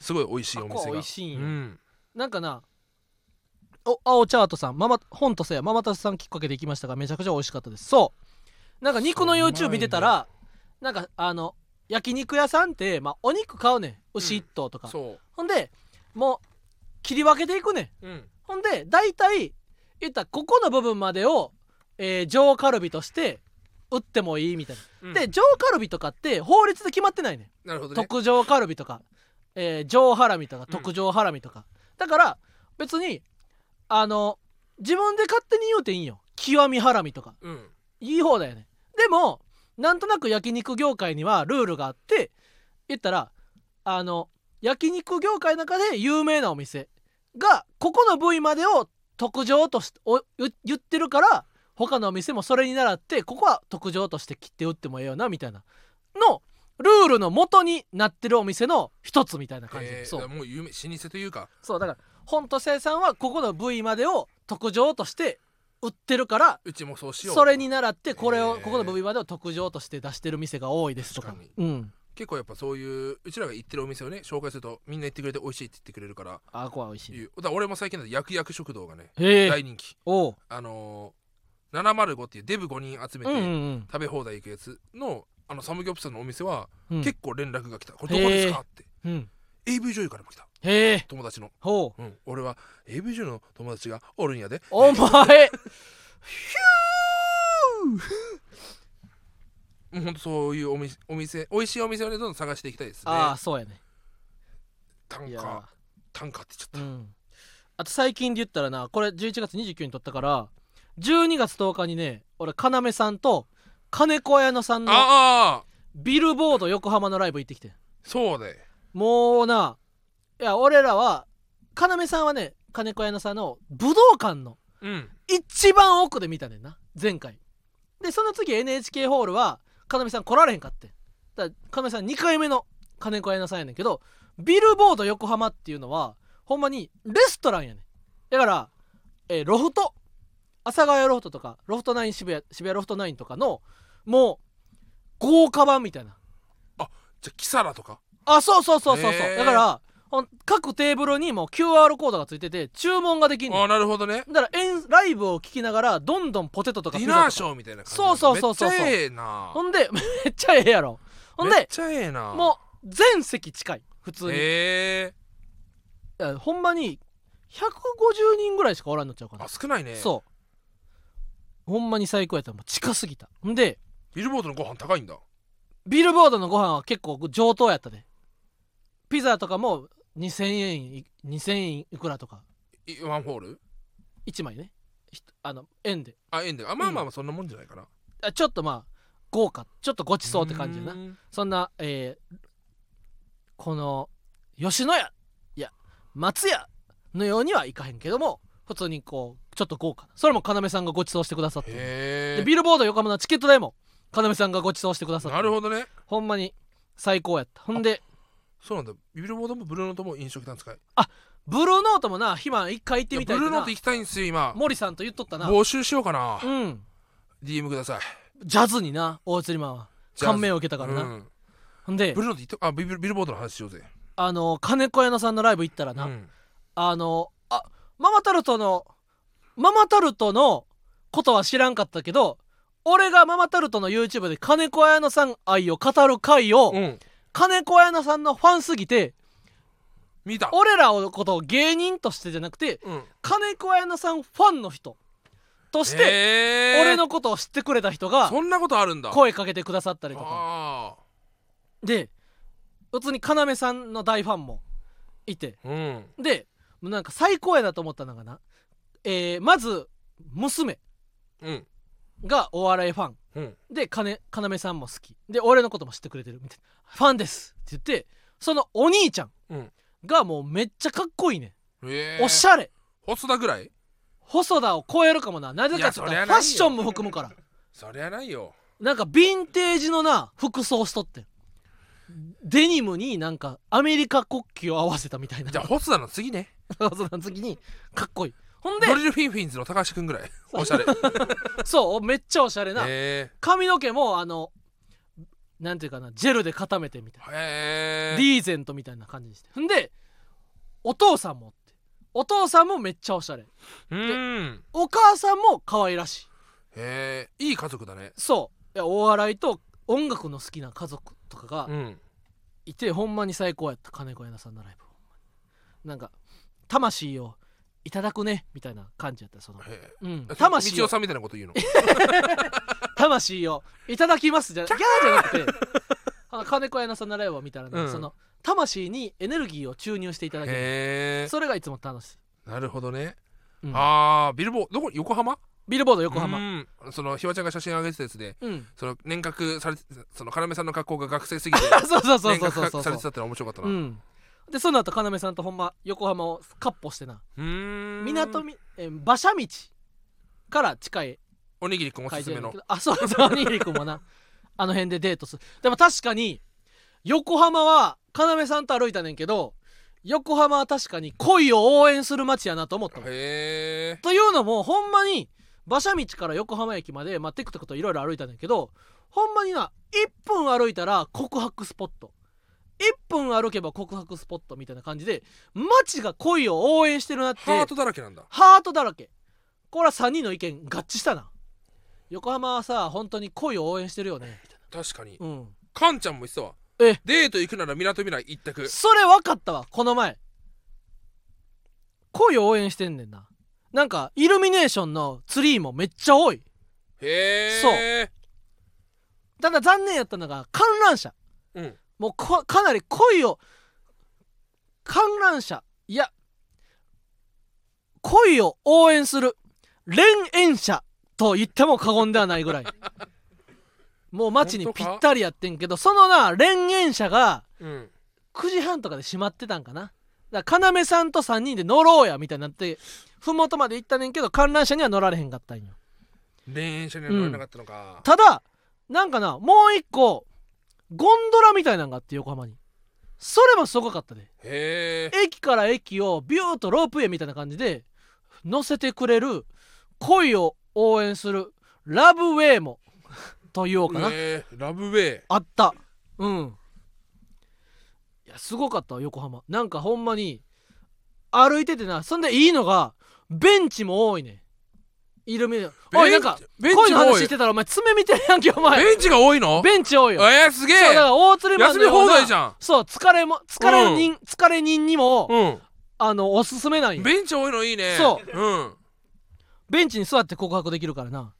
S2: すごい美味しいお
S1: あ
S2: 店
S1: こ
S2: が
S1: う美味しいん
S2: う
S1: や、
S2: ん
S1: なんかなお青チャートさんママ本とせやママタスさんきっかけで行きましたがめちゃくちゃ美味しかったですそうなんか肉の
S2: そううまいんだ
S1: YouTube 見てたらなんかあの焼肉屋さんって、まあ、お肉買うねん牛一頭とか、
S2: そ
S1: ほんでもう切り分けていくねん
S2: ううん
S1: ほんで大体言ったらここの部分までを、えー上カルビとして打ってもいいみたいな、
S2: うん
S1: で上カルビとかって法律で決まってないねん
S2: なるほどね
S1: 特上カルビとか、えー上ハラミとか
S2: うん
S1: 特上ハラミとか、だから別にあの自分で勝手に言うていいんよ極みハラミとか
S2: うん
S1: いい方だよねでもなんとなく焼肉業界にはルールがあって言ったらあの焼肉業界の中で有名なお店がここの部位までを特上としてお言言ってるから他のお店もそれに倣ってここは特上として切って売ってもええよなみたいなのルールの元になってるお店の一つみたいな感じ、
S2: えー
S1: そ
S2: だ
S1: う
S2: からもう有名老舗というか
S1: そうだから本と生産はここの部位までを特上として売ってるから
S2: うちもそうしよう
S1: それに倣ってこれを、
S2: えー
S1: ここの部分までを特上として出してる店が多いですとか
S2: 確か
S1: うん
S2: 結構やっぱそういううちらが行ってるお店をね紹介するとみんな言ってくれて美味しいって言ってくれるから
S1: あこは美味しい
S2: いうだから俺も最近だと焼く焼く食堂がね
S1: へえ
S2: 大人気
S1: おう
S2: あのー、705っていうデブ5人集め
S1: うんうん
S2: て
S1: うん
S2: 食べ放題行くやつのあのサムギョプサルのお店は
S1: うん
S2: 結構連絡が来た、これどこですかって
S1: うん、
S2: AV 女優からも来た
S1: へえ
S2: 友達の、
S1: ほう
S2: うん、俺は AV 女優の友達がおるんやで
S1: お前
S2: もうほんとそういうお店お店美味しいお店をねどんどん探していきたいですね
S1: ああそうやね
S2: 単
S1: い
S2: 価
S1: や
S2: 単価って言っち
S1: う
S2: ゃっ
S1: んあと最近で言ったらなこれ11月29日に撮ったから12月10日にね俺要さんと金子綾乃さんの
S2: ああ
S1: ビルボード横浜のライブ行ってきてん
S2: そうね
S1: もうないや俺らは要さんはね金子綾乃さんの武道館の
S2: うん
S1: 一番奥で見たねんな前回でその次 NHK ホールは要さん来られへんかってんだから要さん2回目の金子綾菜さんやねんけどビルボード横浜っていうのはほんまにレストランやねんだから、えーロフト阿佐ヶ谷ロフトとかロフトナイン渋谷渋谷ロフトナインとかのもう豪華版みたいな
S2: じゃあキサラとか
S1: あそうそうそうそうそう、
S2: へー
S1: だからほん各テーブルにもう QR コードがついてて注文ができんねん
S2: ああなるほどね
S1: だからえんライブを聴きながらどんどんポテトとか
S2: デ
S1: ピ
S2: ィ
S1: ザとか
S2: ナーショーみたいな感じ
S1: そうそうそうそう
S2: めっちゃええな
S1: ほんでめっちゃええやろほん
S2: めっ
S1: で
S2: ちゃええな
S1: もう全席近い普通に、
S2: え
S1: いやほんまに150人ぐらいしかおらんのちゃうか
S2: え
S1: な
S2: あ、少ないね
S1: そうほんまに最高やったもう近すぎたほんで
S2: ビルボードのご飯高いんだ
S1: ビルボードのご飯は結構上等やったでピザとかも2000円い2000円いくらとか
S2: いワンホール
S1: 1枚ねひとあの円で
S2: あええんだよあまあまあまあそんなもんじゃないかな、
S1: あちょっとまあ豪華ちょっとごちそうって感じやな
S2: ーん
S1: そんな、えーこの吉野家いや松屋のようにはいかへんけども普通にこうちょっと豪華なそれも要さんがご馳走してくださって
S2: へ
S1: で
S2: え
S1: ビルボード横浜のチケット代も要さんがご馳走してくださって
S2: なるほどね
S1: ほんまに最高やったほんで
S2: そうなんだビルボードもブルーノートも飲食店使い
S1: ブルーノートもなひま一回行って
S2: いや
S1: み
S2: ブ
S1: たい
S2: ルーノー
S1: な
S2: ト行きたいんですよ今
S1: 森さんと言っとったな
S2: 募集しようかな
S1: うん
S2: DM ください
S1: ジャズにな大釣りマンは
S2: ジャズ
S1: 感銘を受けたからな、
S2: うん
S1: ほんで
S2: ブルーノート行っとあビルビルボードの話しようぜ
S1: あの金子屋のさんのライブ行ったら
S2: う
S1: な、
S2: ん
S1: あの、あ、ママタルトの、ママタルトのことは知らんかったけど、俺がママタルトの YouTube で金子綾乃さん愛を語る回を、
S2: うん
S1: 金子綾乃さんのファンすぎて、
S2: 見た
S1: 俺らのことを芸人としてじゃなくて、
S2: うん
S1: 金子綾乃さんファンの人として、
S2: えー
S1: 俺のことを知ってくれた人が
S2: そんなことあるんだ
S1: 声かけてくださったりとか。
S2: あ
S1: で、普通に要さんの大ファンもいて、
S2: あうん
S1: でもうなんか最高やなと思ったのがな、えーまず娘
S2: うん
S1: がお笑いファン
S2: うん
S1: で金要さんも好きで俺のことも知ってくれてるみたいなファンですって言ってそのお兄ちゃん
S2: うん
S1: がもうめっちゃかっこいいね、
S2: え
S1: んおしゃれ
S2: 細田ぐらい
S1: 細田を超えるかもななぜかって言っ
S2: いやそりゃ
S1: たら
S2: ない
S1: フ
S2: よ
S1: ァッションも含むから
S2: そりゃないよ
S1: なんかヴィンテージのな服装しとってんデニムになんかアメリカ国旗を合わせたみたいな
S2: じゃあ細田の次ね
S1: その次にかっこいいほんで
S2: ドリルフィンフィンズの高橋くんぐらいおしゃれ
S1: そうめっちゃおしゃれな、
S2: へ
S1: 髪の毛もあのなんていうかなジェルで固めてみたい
S2: ーへ
S1: な
S2: ー
S1: リーゼントみたいな感じにしてんでお父さんもおってお父さんもめっちゃおしゃれ
S2: うん
S1: お母さんも可愛らしい
S2: へえいい家族だね
S1: そういやお笑いと音楽の好きな家族とかが
S2: うん
S1: いて、ほんまに最高やった金子屋那さんのライブほんまになんか魂をいただくねみたいな感じやったその、
S2: へ
S1: うん
S2: ー、
S1: 魂
S2: 道
S1: を
S2: 夫さんみたいなこと 言うの
S1: 魂をいただきますじゃギャーじゃなくてあの金子屋のさんのライブを見たらね、
S2: うん
S1: その魂にエネルギーを注入していただける
S2: へ
S1: それがいつも楽しい、
S2: えなるほどね、
S1: うん
S2: ああビルボーどこ横浜
S1: ビルボード横浜うん、
S2: うんそのひわちゃんが写真上げてたやつでその年賀されてその要さんの格好が学生すぎて
S1: そうそう そう
S2: 年
S1: そう
S2: 賀
S1: そうそ
S2: さ
S1: う
S2: れてたってのは面白かったな
S1: うん、でその後要さんとほんま横浜をかっ歩してな
S2: うーん
S1: 港みえー馬車道から近い
S2: おにぎりくんおす
S1: 会
S2: す
S1: 場
S2: め
S1: やねん
S2: の
S1: けどあそうそうおにぎりくんも なあの辺でデートするでも確かに横浜は要さんと歩いたねんけど横浜は確かに恋を応援する街やなと思ったの
S2: へえ
S1: というのもほんまに馬車道から横浜駅まで、まあ、テクテクといろいろ歩いたんだけどほんまにな1分歩いたら告白スポット1分歩けば告白スポットみたいな感じで街が恋を応援してるなって
S2: ハートだらけなんだ
S1: ハートだらけこれは3人の意見合致したな横浜はさ本当に恋を応援してるよねみたい
S2: 確かに
S1: なうん
S2: カンちゃんも言ってたわ
S1: え
S2: デート行くなら港未来一択
S1: それ分かったわこの前恋を応援してんねんななんかイルミネーションのツリーもめっちゃ多い
S2: へえ
S1: ただ残念やったのが観覧車
S2: そううん
S1: もうこかなり恋を観覧車いや恋を応援する恋縁者と言っても過言ではないぐらいもう街にぴったりやってんけどそのな連演者が
S2: うん
S1: 9時半とかで閉まってたんかなだから要さんと3人で乗ろうやみたいになって麓まで行ったねんけど観覧車には乗られへんかったんよ
S2: 電車には乗れなかったのか、
S1: ただなんかなもう一個ゴンドラみたいなのがあって横浜にそれもすごかったで
S2: へえ
S1: 駅から駅をビューッとロープウェイみたいな感じで乗せてくれる恋を応援するラブウェイも と言おうかな、
S2: へえラブウェイ
S1: あったうんいやすごかったわ横浜なんかほんまに歩いててなそんでいいのがベンチも多いねイルミネおいなんか
S2: ベンチ
S1: 恋の
S2: が多
S1: 話
S2: い
S1: してたらお前爪見てるやんけお前
S2: ベンチが多いの
S1: ベンチ多いよ
S2: えー、すげえ
S1: そうだから大釣りマンの
S2: 休み
S1: よう
S2: 放
S1: な
S2: 題じゃん
S1: そう疲れも疲れ人、疲れ人にも、
S2: うん
S1: あのおすすめなんよ
S2: ベンチ多いのいいね、
S1: そう
S2: うん、
S1: ベンチに座って告白できるからな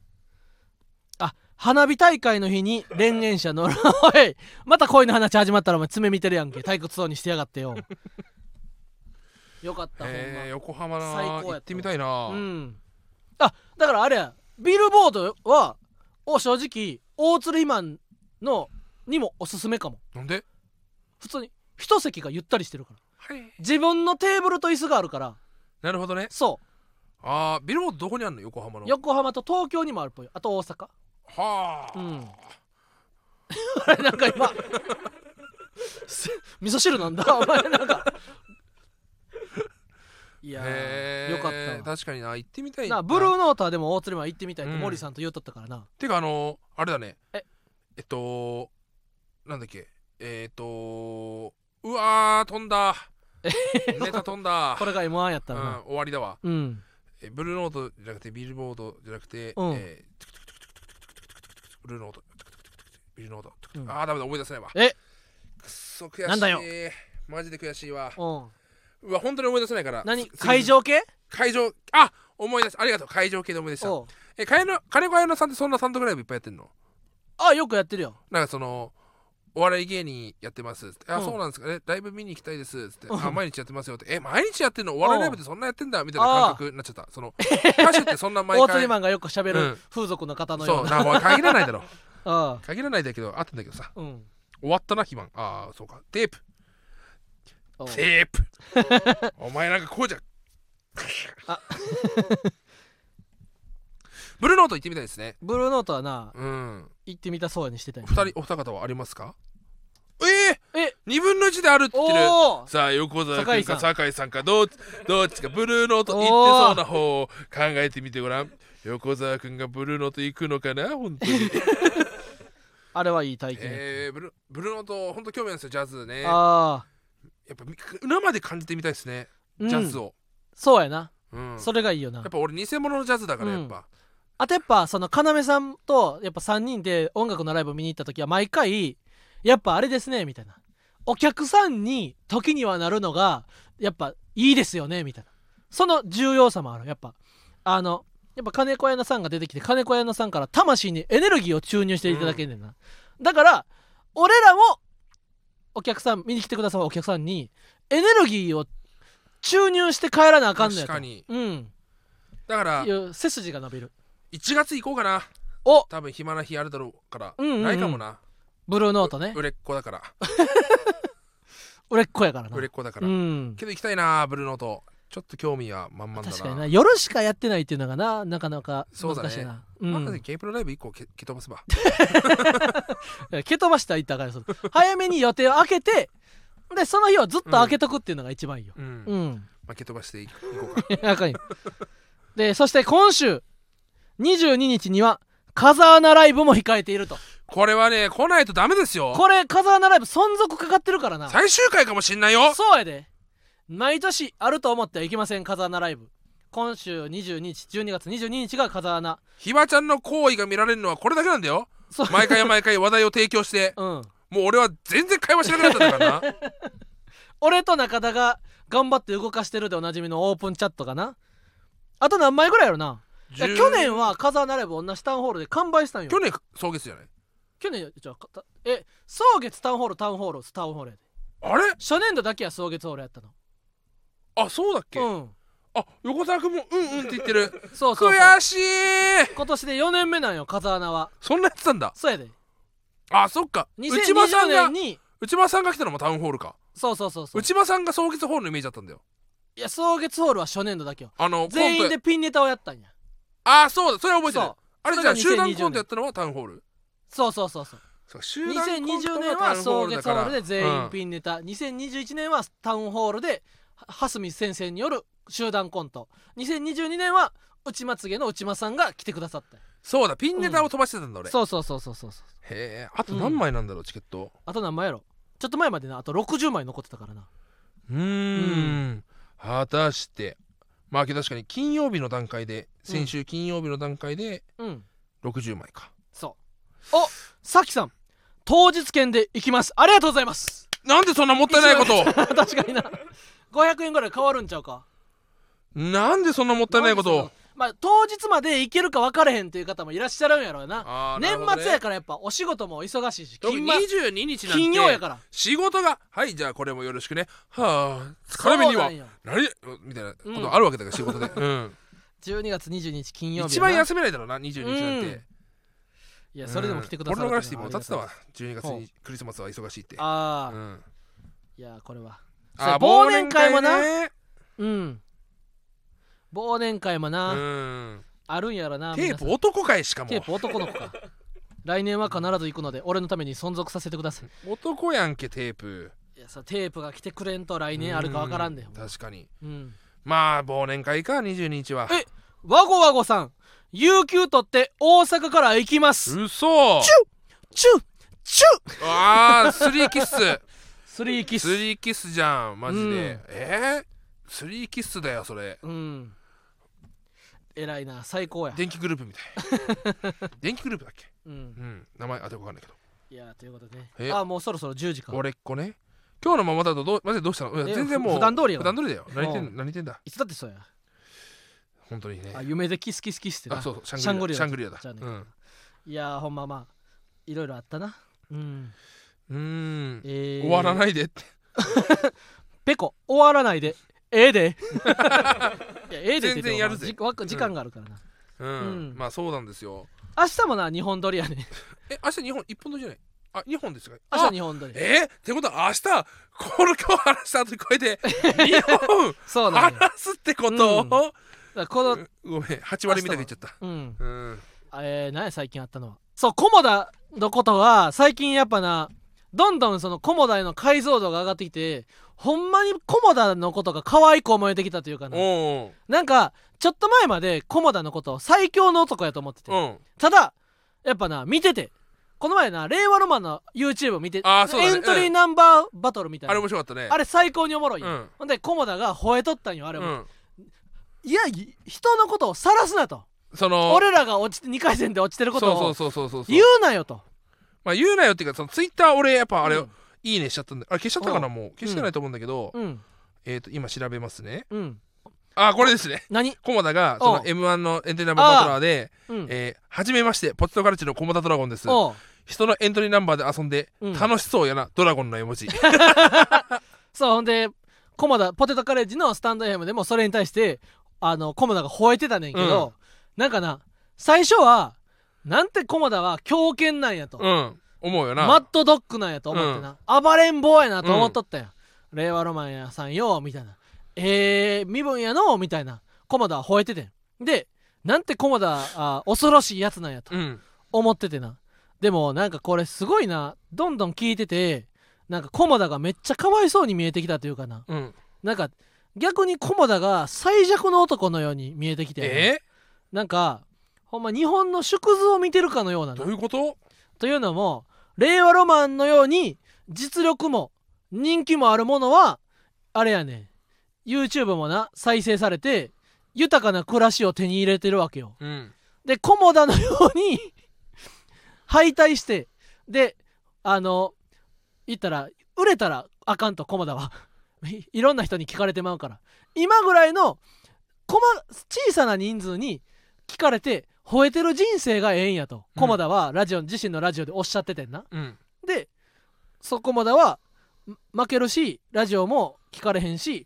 S1: あ花火大会の日に連演者の おいまた恋の話始まったらお前爪見てるやんけ退屈そうにしてやがってよよかったほん
S2: えー、横浜
S1: 最高や
S2: な
S1: った
S2: 行ってみたいな、
S1: まうんあだからあれやビルボードはお正直大鶴肥満のにもおすすめかも
S2: なんで
S1: 普通に一席がゆったりしてるから
S2: はい
S1: 自分のテーブルと椅子があるから
S2: なるほどね
S1: そ
S2: あービルボードどこにあるの横浜の
S1: う横浜と東京にもあるっぽいあと大阪
S2: はあ、
S1: うん あれなんか今 す味噌汁なんだお前なんかいやー
S2: へえ
S1: よかったわ
S2: 確かにな行ってみたい
S1: な
S2: な
S1: ブルーノーターでも大鶴マン行ってみたいって
S2: うん
S1: 森さんと言うとったからな、
S2: てかあのあれだね
S1: え
S2: えっとなんだっけえっとうわー飛んだネタ飛んだ
S1: これが M1 やった
S2: うん
S1: らな
S2: 終わりだわ
S1: うん、
S2: えブルーノートじゃなくてビルボードじゃなくて、
S1: うん
S2: えートゥクトゥクトゥクトゥクトゥクトゥクトゥクトゥクブルーノートトゥクトゥクトゥクトゥクビルノートトゥクトゥ
S1: うん
S2: クあーダメだ思い出せないわ
S1: え
S2: くっそ悔しい
S1: なんだよ
S2: マジで悔しいわ
S1: うん、
S2: うわ本当に思い出せないから
S1: 何
S2: す
S1: 会場系
S2: 会場あ思い出すありがとう会場系で思い出した
S1: おう
S2: え金子金子綾乃さんってそんな単独ライブいっぱいやってんの
S1: あよくやってるよ
S2: なんかそのお笑い芸人やってますっつってあ、
S1: うん
S2: そうなんですかえライブ見に行きたいですっつって、
S1: うん
S2: あ毎日やってますよってえ毎日やってんのお笑いライブってそんなやってんだみたいな感覚になっちゃったその歌手ってそんな毎
S1: 大鶴
S2: 回
S1: マンがよく喋
S2: う
S1: る
S2: ん
S1: 風俗の方のよ
S2: そうう
S1: な、
S2: なもう限らないだろ
S1: あ
S2: 限らないだけどあったんだけどさ
S1: あうん
S2: 終わったな肥満ああそうかテープ
S1: おう
S2: テープお前なんかこうじゃ
S1: あ
S2: ブルーノート行ってみたいですね
S1: ブルーノートはな
S2: うん
S1: 行ってみたそうやにしてたんや
S2: 二人お二方はありますかええ
S1: え
S2: 二分の一であるって言ってる
S1: おお
S2: さあ横澤
S1: 酒井
S2: 君
S1: さ
S2: か
S1: ん
S2: 酒井さんかどっちどっちかブルーノート行ってそうな方を考えてみてごらん横澤君がブルーノート行くのかな本 当に
S1: あれはいい体験やった、
S2: えー、ブルブルーノート本当興味あるんですよジャズねや
S1: ああ
S2: っぱみ生で感じてみたいですね
S1: ジ
S2: ジャズを、
S1: そうやな、
S2: うん
S1: それがいいよな
S2: やっぱ俺偽物のジャズだからやっぱ、
S1: あとやっぱその要さんとやっぱ3人で音楽のライブ見に行った時は毎回やっぱあれですねみたいなお客さんに時にはなるのがやっぱいいですよねみたいなその重要さもあるやっぱあのやっぱ金子屋那さんが出てきて金子屋那さんから魂にエネルギーを注入していただけんねんな、だから俺らもお客さん見に来てくださるお客さんにエネルギーを注入して帰らなあかんのやと
S2: 確かに
S1: うん
S2: だから
S1: いう背筋が伸びる
S2: 1月行こうかな
S1: お
S2: 多分暇な日あるだろうから、
S1: うんうんうん
S2: ないかもな
S1: ブルーノートね
S2: 売れっ子だから
S1: 売れっ子やからな
S2: 売れっ子だから、
S1: うん
S2: けど行きたいなブルーノートちょっと興味は満々だな
S1: 確かにな夜しかやってないっていうのがななかなか
S2: そうだね
S1: 難しいなう,、
S2: まあ
S1: ん
S2: ゲイプロライブ1個蹴蹴飛ばせば
S1: 蹴飛ばしたらいったらあから早めに予定を開けてでその日はずっと開けとくっていうのが一番いいよ
S2: うん、
S1: う
S2: ま
S1: ん、
S2: あ、蹴飛ばしていこうか
S1: あかんよ でそして今週22日には風穴ライブも控えていると
S2: これはね来ないとダメですよ
S1: これ風穴ライブ存続かかってるからな
S2: 最終回かもしんないよ
S1: そうやで毎年あると思ってはいけません風穴ライブ今週22日12月22日が風穴
S2: ひばちゃんの行為が見られるのはこれだけなんだよ
S1: そう
S2: 毎回毎回話題を提供して
S1: うん
S2: もう俺は全然会話しなくなったんだからな
S1: 俺と中田が頑張って動かしてるでおなじみのオープンチャットかなあと何枚ぐらいやろ ないや
S2: 10
S1: 去年は風穴ライブ同じタウンホールで完売したんよ
S2: 去年送月じゃない
S1: 去年じゃあたえ草月タウンホールタウンホールタウンホールやで
S2: あれ
S1: 初年度だけは草月ホールやったの
S2: あそうだっけ、
S1: うん
S2: あ横澤君もうんうんって言ってる
S1: そうそうそう
S2: 悔しい
S1: 今年で4年目なんよ風穴は
S2: そんなやってたんだ
S1: そうやで
S2: あそっか内間さ
S1: 2020
S2: んが
S1: 年に
S2: 内間さんが来たのもタウンホールか
S1: そうそうそうそう
S2: 内間さんが草月ホールのイメージだったんだよ
S1: いや草月ホールは初年度だけよ
S2: あの
S1: 全員
S2: コント
S1: でピンネタをやったんや
S2: ああそうだそれは覚えてる
S1: そ
S2: あれじゃ
S1: そ
S2: あ
S1: れ
S2: 集
S1: が2020
S2: 団コントやったのはタウンホール
S1: うそうそうそうそう
S2: そう集団コント
S1: 2020年
S2: の
S1: は
S2: タウン
S1: 草
S2: ホールだ
S1: 月
S2: か
S1: ホ
S2: ら
S1: ールで全員
S2: ン
S1: ピンネタ、2021年はタウンホールで蓮見先生による集団コント2022年は内まつげの内間さんが来てくださったんや
S2: そうだピンネタを飛ばしてたんだ俺へ
S1: そうそうそうそうそうそう
S2: えあと何枚なんだろうチケット
S1: あと何枚やろちょっと前までなあと60枚残ってたからな
S2: うーん果たしてまあけど確かに金曜日の段階で先週金曜日の段階で
S1: うん
S2: 60枚か
S1: そうおさきさん当日券で行きますありがとうございます
S2: なんでそんなもったいないことを
S1: 確かにな500円ぐらい変わるんちゃうか
S2: なんでそんなもったいないことを
S1: まあ当日まで行けるか分かれへんっていう方もいらっしゃるんやろうな
S2: あーな
S1: 年
S2: るほどね
S1: 末やからやっぱお仕事も忙しいし
S2: 特
S1: 金
S2: に
S1: ま
S2: 22日なんて
S1: 金曜やから
S2: 仕事がはいじゃあこれもよろしくねはあ疲れ目に
S1: そう
S2: は
S1: なんよ
S2: 何みたいなことあるわけだから仕事で、うん、
S1: 12月22日金曜日
S2: 一番
S1: やな
S2: 休めないだろうな22日なんて、
S1: うんいやそれでも来てくださ
S2: う
S1: る
S2: ん俺のガラスティーも
S1: って
S2: 歌
S1: い
S2: っ
S1: う
S2: て
S1: の
S2: た
S1: は
S2: わ12月
S1: ほう
S2: にクリスマスは忙しいって
S1: ありがたいあー、
S2: うん
S1: いやこれは
S2: あ
S1: そう忘年会もな
S2: ね
S1: うん忘年会もな、
S2: うん
S1: あるんやろな
S2: テー
S1: 皆さん
S2: プ男会しかも
S1: テープ男の子か来年は必ず行くので俺のために存続させてください
S2: 男やんけテープ
S1: いやさテープが来てくれんと来年あるかわからんで、
S2: う確かに
S1: うん、
S2: まあ忘年会か22日は
S1: えわごわごさん有給取って大阪から行きます
S2: うそ
S1: チュッチュッ
S2: あースリーキッス
S1: スリーキ
S2: ス
S1: ス
S2: リーキッスじゃんマジで、
S1: うん
S2: えー、スリーキッスだよそれ
S1: うん偉いな最高や、
S2: 電気グループみた い電気グループだっけ
S1: うん
S2: う、ん名前あてわかんないけど
S1: いやということでね
S2: え
S1: あもうそろそろ10時か
S2: 俺っ子ね今日のままだとどうマジでどうしたのうん
S1: え
S2: 全然もう
S1: 普段通りよ
S2: 普段通りだよ何言ってん
S1: う
S2: の何言ってんだ
S1: いつだってそうや
S2: 本当にね
S1: あ夢でキスキスキスってな
S2: あそうそうシャングリラ
S1: シ
S2: シ
S1: ャン
S2: ャ
S1: グ
S2: ング
S1: リ
S2: リ
S1: ラ
S2: ラ
S1: だ
S2: だ
S1: じゃあねいやーほんままあいろいろあったなうん
S2: うんうーん
S1: えー、
S2: 終わらないでって
S1: ペコ終わらないでええ でいやええでって言っても
S2: 全然やるぜ
S1: まあじわ時間があるからな、
S2: うん
S1: うん
S2: まあそうなんですよ
S1: 明日もな日本撮りやね
S2: え明日日本一本撮りじゃないあ二本ですか
S1: 明日
S2: あ
S1: 日本撮り
S2: えーってことは明日この今日話した後に超 えて2本
S1: そうなんよだか
S2: 話すってこと
S1: らこの
S2: ごめん8割みたいに言っちゃった
S1: うん
S2: うん
S1: えー、何や最近あったのはそう菰田のことは最近やっぱなどんどんその菰田への解像度が上がってきてほんまに菰田のことが可愛く思えてきたというかな
S2: お
S1: なんかちょっと前まで菰田のことを最強の男やと思ってて、
S2: うんうん
S1: ただやっぱな見ててこの前な令和ロマンの YouTube 見て
S2: あーそうだね
S1: エントリーナンバーバトルみたいな、
S2: あれ面白かったね
S1: あれ最高におもろいよ、
S2: うん
S1: ほんで菰田が吠えとったんよあれ
S2: う
S1: も、
S2: ん
S1: いやい人のことを晒すなと
S2: その
S1: 俺らが落ちて2回戦で落ちてる
S2: そう
S1: こと
S2: そう
S1: を
S2: そうそうそうそう
S1: 言うなよと
S2: まあ言うなよっていうかそのツイッター俺やっぱあれ、
S1: うん
S2: いいねしちゃったんであれ消しちゃったかな
S1: う
S2: もう消してないと思うんだけど、
S1: うん
S2: えっ、と今調べますね
S1: うん
S2: あこれですね
S1: 何
S2: 駒田がそ
S1: おう
S2: の m 1のエントリーナンバーバトラーで
S1: うん
S2: えー初めましてポテトカルチの駒田ドラゴンです
S1: おう
S2: 人のエントリーナンバーで遊んで、
S1: うん
S2: 楽しそうやなドラゴンの絵文 字
S1: そうほんで駒田ポテトカレッジのスタンド FM でもそれに対してあの駒田が吠えてたねんけど、なんかな最初はなんて駒田は狂犬なんやと、
S2: うん思うよな、
S1: マッドドッグなんやと思ってな、暴れん坊やなと思っとったんや、令和ロマンやさんよみたいなえー、身分やのみたいな駒田は吠えててんでなんて駒田あ恐ろしいやつなんやと
S2: うん
S1: 思っててなでもなんかこれすごいなどんどん聞いててなんか駒田がめっちゃかわいそうに見えてきたというかな
S2: うん
S1: なんか逆に駒田が最弱の男のように見えてきて、
S2: え
S1: なんかほんま日本の縮図を見てるかのような
S2: ー、
S1: な
S2: どういうこと
S1: というのも令和ロマンのように実力も人気もあるものはあれやねん YouTube もな再生されて豊かな暮らしを手に入れてるわけよ
S2: うん
S1: で、コモダのように敗退して、で、あの、言ったら、売れたらあかんと、コモダは。 いいろんな人に聞かれてまうから。今ぐらいの、こま、小さな人数に聞かれて、吠えてる人生がええんやと、
S2: うん
S1: コモダはラジオ、自身のラジオでおっしゃっててんな。
S2: うん
S1: で、そこまではん負けるし、ラジオも聞かれへんし、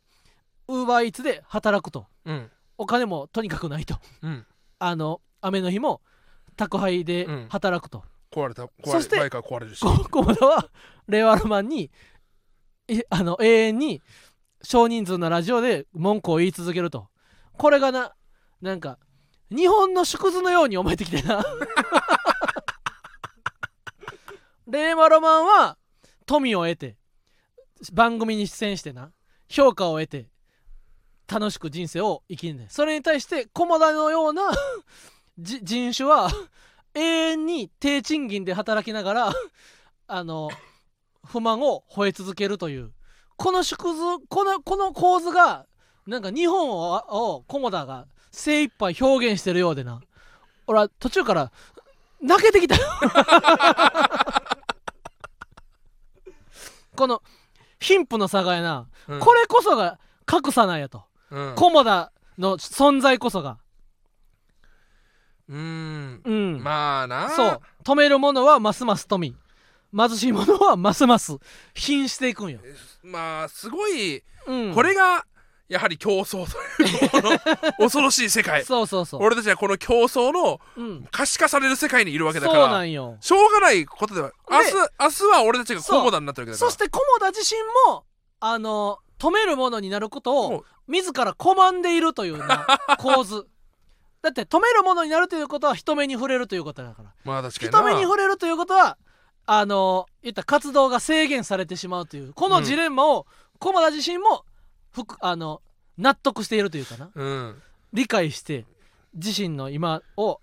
S1: ウーバーイーツで働くと
S2: うん
S1: お金もとにかくないと
S2: うん
S1: あの雨の日も宅配で
S2: うん
S1: 働くと、
S2: 壊れた
S1: そ
S2: 壊
S1: し
S2: れ
S1: て
S2: たバイクは壊れるし
S1: こ駒田は令和ロマンにえあの永遠に少人数のラジオで文句を言い続けるとこれがななんか日本の縮図のように思えてきてな 令和ロマンは富を得て番組に出演してな評価を得て楽しく人生を生きるねんそれに対して駒田のようなじ人種は永遠に低賃金で働きながらあの不満を吠え続けるというこの縮図このこの構図がなんか日本ををコモダが精一杯表現してるようでな俺は途中から泣けてきた この貧富の差がやな、
S2: うん
S1: これこそが格差なんやと、
S2: うん
S1: コモダの存在こそが
S2: うん
S1: うん
S2: まあな
S1: そう止めるものはますます富貧しいものはますます貧していくんよ、
S2: まあすごい
S1: うん、
S2: これがやはり競争というこ の恐ろしい世界
S1: そうそうそう、
S2: 俺たちはこの競争の
S1: うん、
S2: 可視化される世界にいるわけだ
S1: そう
S2: か
S1: な
S2: ら
S1: んよ
S2: しょうがないことでは明
S1: で
S2: 日明日は俺たちが
S1: そう
S2: コモダになってるわけだか
S1: そ
S2: ら
S1: して菰田自身もあの止めるものになること
S2: も
S1: を
S2: う
S1: 自ら拒んでいるという な構図だって止めるものになるということは人目に触れるということだから
S2: まあ確
S1: 人
S2: か
S1: 目
S2: に
S1: に
S2: な
S1: 触れるということはあの言ったら活動が制限されてしまうというこのジレンマを菰田自身もふくあの納得しているというかな
S2: うん
S1: 理解して自身の今を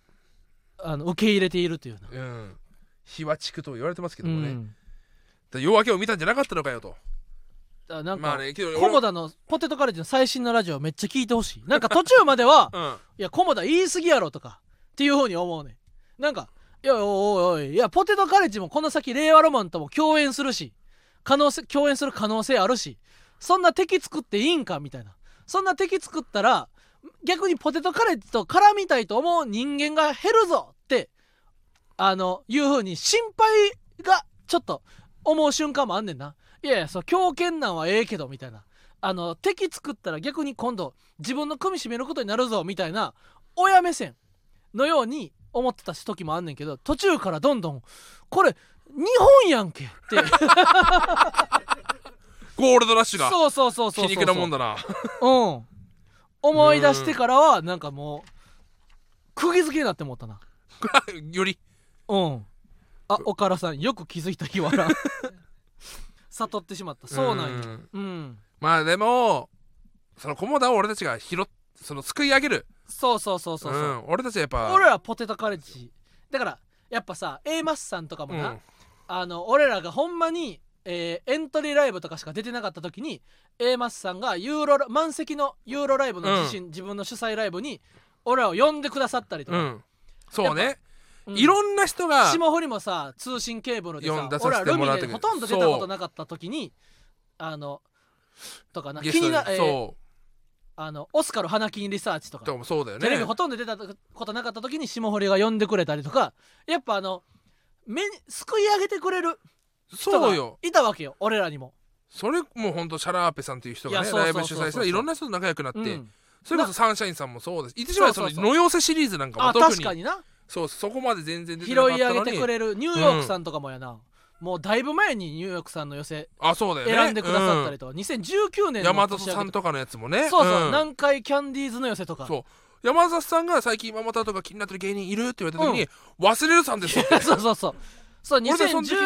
S1: あの受け入れているというな、
S2: うん火は地区と言われてますけ
S1: う
S2: どもね、
S1: ん、
S2: で夜明けを見たんじゃなかったのかよと
S1: あなん
S2: まあ
S1: か、
S2: ねけど
S1: コモ
S2: ダ
S1: ダのポテトカレッジの最新のラジオめっちゃ聞いてほしいなんか途中までは
S2: うん
S1: いやコモダ言い過ぎやろとかっていうふうに思うねんなんかいやおいおいおいいやポテトカレッジもこの先令和ロマンとも共演するし可能性共演する可能性あるしそんな敵作っていいんかみたいなそんな敵作ったら逆にポテトカレッジと絡みたいと思う人間が減るぞってあのいうふうに心配がちょっと思う瞬間もあんねんないやいやそう狂犬なんはええけどみたいなあの敵作ったら逆に今度自分の組締めることになるぞみたいな親目線のように思ってた時もあんねんけど途中からどんどんこれ日本やんけって
S2: ゴールドラッシュが
S1: そうそうそうそうそ
S2: 皮
S1: う
S2: 肉なもん だな
S1: うん思い出してからはなんかもう釘付けになって思ったな
S2: より
S1: うんあおからさんよく気づいた日は な悟ってしまったそうなんや
S2: ん
S1: うん
S2: まあでもそのコモダを俺たちが拾っそのすくい上げる
S1: そうそうそうそうそう、
S2: ん、俺たちはやっぱ
S1: 俺らポテトカレッジだからやっぱさ A マスさんとかもな、
S2: うん
S1: あの俺らがほんまに、えーエントリーライブとかしか出てなかった時に A マスさんがユーロラ満席のユーロライブの自身、自分の主催ライブに俺らを呼んでくださったりと
S2: う
S1: か、
S2: ん、そうね、
S1: うん
S2: いろんな人が
S1: 霜降りもさ通信ケーブルで
S2: 呼
S1: さ
S2: んだ
S1: 俺ら
S2: させて
S1: ル
S2: も
S1: ミ
S2: らった
S1: ネ
S2: け
S1: で
S2: ど
S1: ほとんど出たことなかった時にあのとかな
S2: ゲ
S1: 気
S2: ス
S1: に
S2: ト
S1: な、
S2: で
S1: えー
S2: そ
S1: あのオスカル花金リサーチとか
S2: うとかもそうだよね
S1: テレビほとんど出たことなかった時に霜降りが呼んでくれたりとかやっぱあの目にすくい上げてくれる人
S2: そう
S1: が
S2: よ
S1: いたわけよ俺らにも。
S2: それもほんとシャラーペさんっていう人が
S1: いや
S2: ね
S1: そうそう
S2: ライ
S1: そう
S2: ブ
S1: そ
S2: 主
S1: う
S2: 催したらいろんな人と仲良くなって、
S1: うん
S2: それこそサンシャインさんもそうです言ってしまえばその
S1: そうそうそう
S2: 野寄せシリーズなんかも
S1: あ
S2: 特に
S1: 確かにな
S2: そうそこまで全然出
S1: 拾
S2: て
S1: い
S2: なかったの
S1: 上
S2: に
S1: げてくれるニューヨークさんとかもやな、もうだいぶ前にニューヨークさんの寄せ
S2: あそうだよね
S1: 選んでくださったりとか、2019
S2: う
S1: 年の
S2: ん山
S1: 年
S2: 里
S1: 明け
S2: さんとかのやつもね
S1: そうそう、
S2: ん
S1: 南海キャンディーズの寄せとか
S2: そう山里さんが最近ママタとか気になってる芸人いるって言われた時に、忘れるさんですっ て
S1: そうそうそうそう
S2: 俺らその時に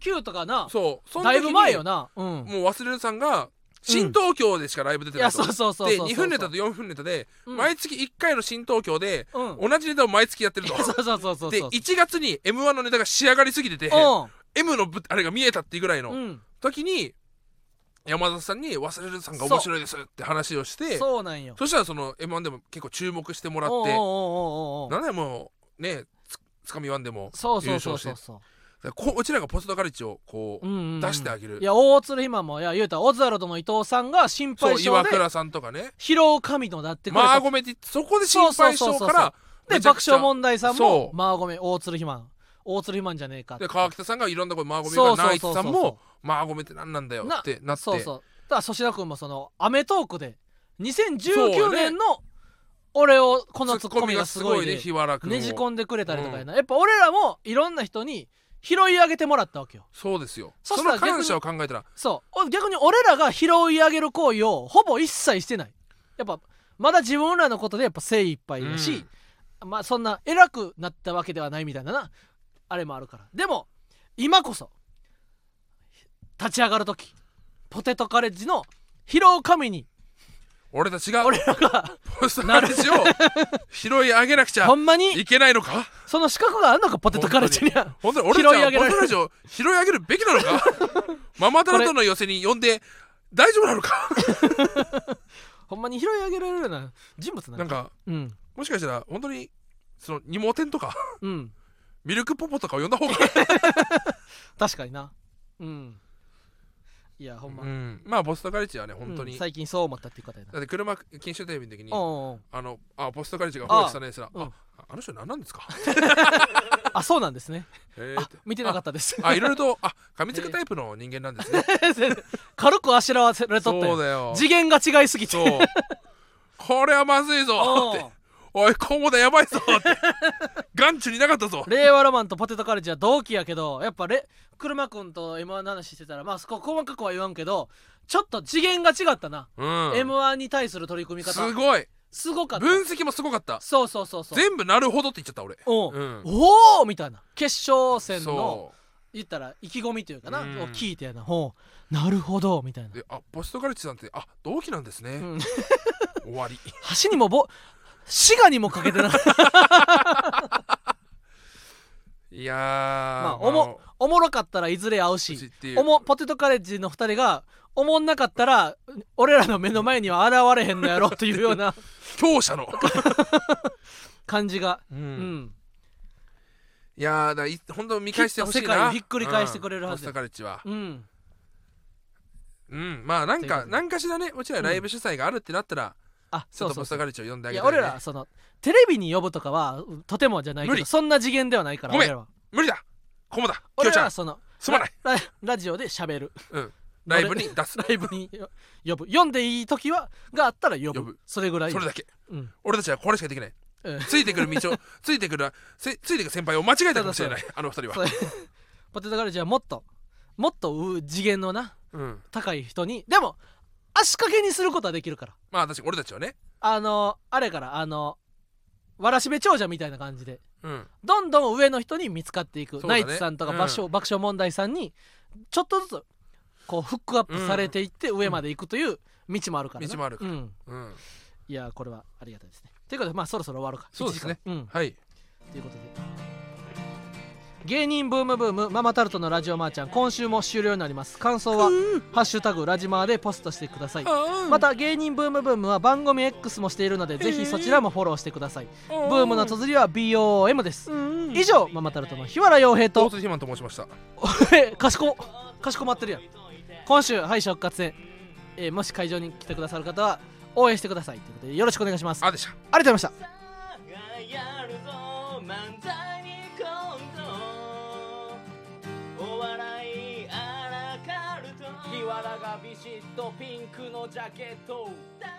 S1: 2019とかな
S2: そうその
S1: だ
S2: 時
S1: い
S2: に
S1: ぶ前よなうん
S2: もう忘れるさんが新東京でしかライブ出
S1: い
S2: てな
S1: や
S2: いと、
S1: そうそうそうそう
S2: で
S1: そう
S2: 2分ネタと4分ネタで、
S1: うん
S2: 毎月1回の新東京で、
S1: うん
S2: 同じネタを毎月やってる
S1: い
S2: と
S1: やそうそうそうそう
S2: で
S1: そう
S2: 1月に m 1のネタが仕上がりすぎてて、M のぶあれが見えたっていうぐらいの、
S1: うん、うん、
S2: 時に山里さんに「忘れるさんが面白いです」って話をしてそ
S1: そうなんよ
S2: したらその m 1でも結構注目してもらっ
S1: おうおうお
S2: て
S1: うおうおう
S2: なんでもうねつつかみ1でも
S1: そうそう
S2: 優
S1: そう
S2: 勝して
S1: そうそう
S2: だからこううちらがポストカレッジをこう、
S1: うんうんうん
S2: 出してあげる
S1: いや大鶴ひまもいや言うたらオズワルドの伊藤さんが心
S2: そ
S1: 配
S2: う
S1: 性
S2: 岩
S1: で
S2: 倉さんとかね
S1: 疲労神のだってくれ
S2: マ
S1: た
S2: ーゴメってそこで心配
S1: そうそう
S2: 性
S1: そう
S2: か
S1: そう
S2: ら
S1: で
S2: めちゃ
S1: 爆
S2: くちゃ
S1: 笑問題さんも
S2: そう
S1: マーゴメ大鶴ひまん大鶴ひまんじゃねえかって
S2: で川北さんがいろんなことマーゴメ
S1: そう
S2: が
S1: そ
S2: ナ
S1: う
S2: イ
S1: そ
S2: ツ
S1: うそ
S2: さ
S1: うん
S2: もマーゴメって何なんだよってなって
S1: そうそうだから粗品君もその『アメトーーク』で2019年の俺をこのツ
S2: ツ
S1: ッコミがすごい
S2: ね
S1: で
S2: 日原君を
S1: ねじ込んでくれたりとかやな、やっぱ俺らもいろんな人に拾い上げてもらったわけよ
S2: そうですよ
S1: そ
S2: そ
S1: したら
S2: の感謝を考えたら
S1: そうお逆に俺らが拾い上げる行為をほぼ一切してないやっぱまだ自分らのことでやっぱ精一杯だし、まあそんな偉くなったわけではないみたいななあれもあるからでも今こそ立ち上がる時ポテトカレッジの拾う神に
S2: 俺たちが
S1: 俺らが
S2: ポストカレッジを拾い上げなくちゃ
S1: ほんまに
S2: いけないのか
S1: その資格があるのかポテトカレッジには
S2: 本当に俺たち
S1: 拾い上
S2: は
S1: げられる
S2: ポストカレッジを拾い上げるべきなの かママタルトの寄せに呼んで大丈夫なのか
S1: ほんまに拾い上げられるような人物な
S2: なんん
S1: だ
S2: か
S1: うん
S2: もしかしたら本当にその二毛店とか
S1: うん
S2: ミルクポポとかを呼んだ方が
S1: 確かになうんいやほんま、
S2: うんまあポストカレッジはね本当
S1: うん
S2: に、
S1: 最近そう思ったっていう方やな
S2: だって車禁酒テレビの時に
S1: おうおう
S2: あのあポストカレッジが放棄されたら
S1: うん
S2: ああの人何なんですか
S1: あそうなんですね
S2: えー
S1: あ
S2: って
S1: 見てなかったです
S2: あいろいろとあ噛みつくタイプの人間な んですね、
S1: 軽くあしらわせられとった
S2: そう
S1: よ
S2: だよ
S1: 次元が違いすぎて
S2: そうこれはまずいぞ
S1: お
S2: っ
S1: う
S2: ておい今後だやばいぞって眼中になかったぞ
S1: 令和ロマンとポテトカレッジは同期やけどやっぱレ車くんと M1 の話してたらまあそこ細かくは言わんけどちょっと次元が違ったな、
S2: うん
S1: M1 に対する取り組み方
S2: すごい
S1: すごかった
S2: 分析もすごかった
S1: そうそうそうそう
S2: 全部なるほどって言っちゃった俺
S1: おう
S2: うん
S1: おおみたいな決勝戦の
S2: そ
S1: 言ったら意気込みというかな、
S2: うん
S1: を聞いてやなほうなるほどみたいな
S2: うであポストカレッジさんってあ同期なんですね、
S1: うん
S2: 終わり
S1: 橋にもぼ滋賀にもかけてなかった
S2: いやー、
S1: まあおもおもろかったらいずれ会う
S2: う
S1: し
S2: ちっていう
S1: おもポテトカレッジの2人がおもんなかったら俺らの目の前には現れへんのやろというよう な
S2: 強者の、
S1: 感じが、
S2: う
S1: うんん、
S2: いやーだからい本当見返してほしい
S1: きっと世界
S2: な
S1: をひっくり返してくれるはず
S2: うんポストカレッジは
S1: うん、
S2: うんまあなん
S1: ということ
S2: か
S1: で
S2: 何かしらねうちらライブ主催があるってなったら
S1: あ
S2: ち
S1: そ
S2: ょっ
S1: う
S2: と
S1: そ
S2: ポ
S1: う
S2: ス
S1: そ
S2: ト
S1: う
S2: カレッジを呼んであ
S1: い
S2: げ
S1: や
S2: たい
S1: 俺
S2: ね
S1: らそのテレビに呼ぶとかはうとてもじゃないけ
S2: 無
S1: ど
S2: 理
S1: そんな次元ではないから
S2: ごめ
S1: 俺
S2: ん
S1: らは
S2: 無理だコモだキョ
S1: 俺
S2: ウち
S1: ら
S2: ゃん
S1: はその
S2: すまない
S1: ラララジオで喋る
S2: うんライブ に出す
S1: ライブによ呼ぶ読んでいい時はがあったら呼ぶ
S2: 呼ぶ
S1: それぐらい
S2: それだけ
S1: うん
S2: 俺たちはこれしかできない
S1: うん
S2: ついてくる 道をついてくるせついてく先輩を間違えたかもしれないあの二人
S1: そ
S2: は
S1: う ポテトカレッジはもっともっとう次元のな
S2: うん
S1: 高い人にでも足掛けにすることはできるから
S2: まあ確かに俺たちはね
S1: あのあれからあのわらしべ長者みたいな感じで
S2: うん
S1: どんどん上の人に見つかっていく、
S2: そうだ
S1: ナ
S2: ね
S1: イツさんとか
S2: うん
S1: 爆笑,、爆笑問題さんにちょっとずつこうフックアップされていって上まで行くという道もあるからな、
S2: 道もあるから
S1: うん、
S2: うん
S1: いやこれはありがたいですねということでまあそろそろ終わろうか
S2: そうですね
S1: 1時間うん
S2: はい
S1: ということで芸人ブームブームママタルトのラジオマーちゃん今週も終了になります感想は「ハッシュタグラジマー」でポストしてくださいま
S2: ま
S1: た芸人ブームブームは番組 X もしているのでぜひそちらもフォローしてください
S2: ブ
S1: ブームの綴りは BOM です以
S2: 以
S1: 上ママタルトの日原洋平
S2: 大
S1: と
S2: 津ひまんと申しました
S1: え かしこかしこまってるやん今週敗者復活戦、えーもし会場に来てくださる方は応援してくださいということでよろしくお願いしますあ
S2: あでした
S1: りがとうございました
S3: さあやるぞ漫才にコントお笑いアラカルト日原がビシッとピンクのジャケットだ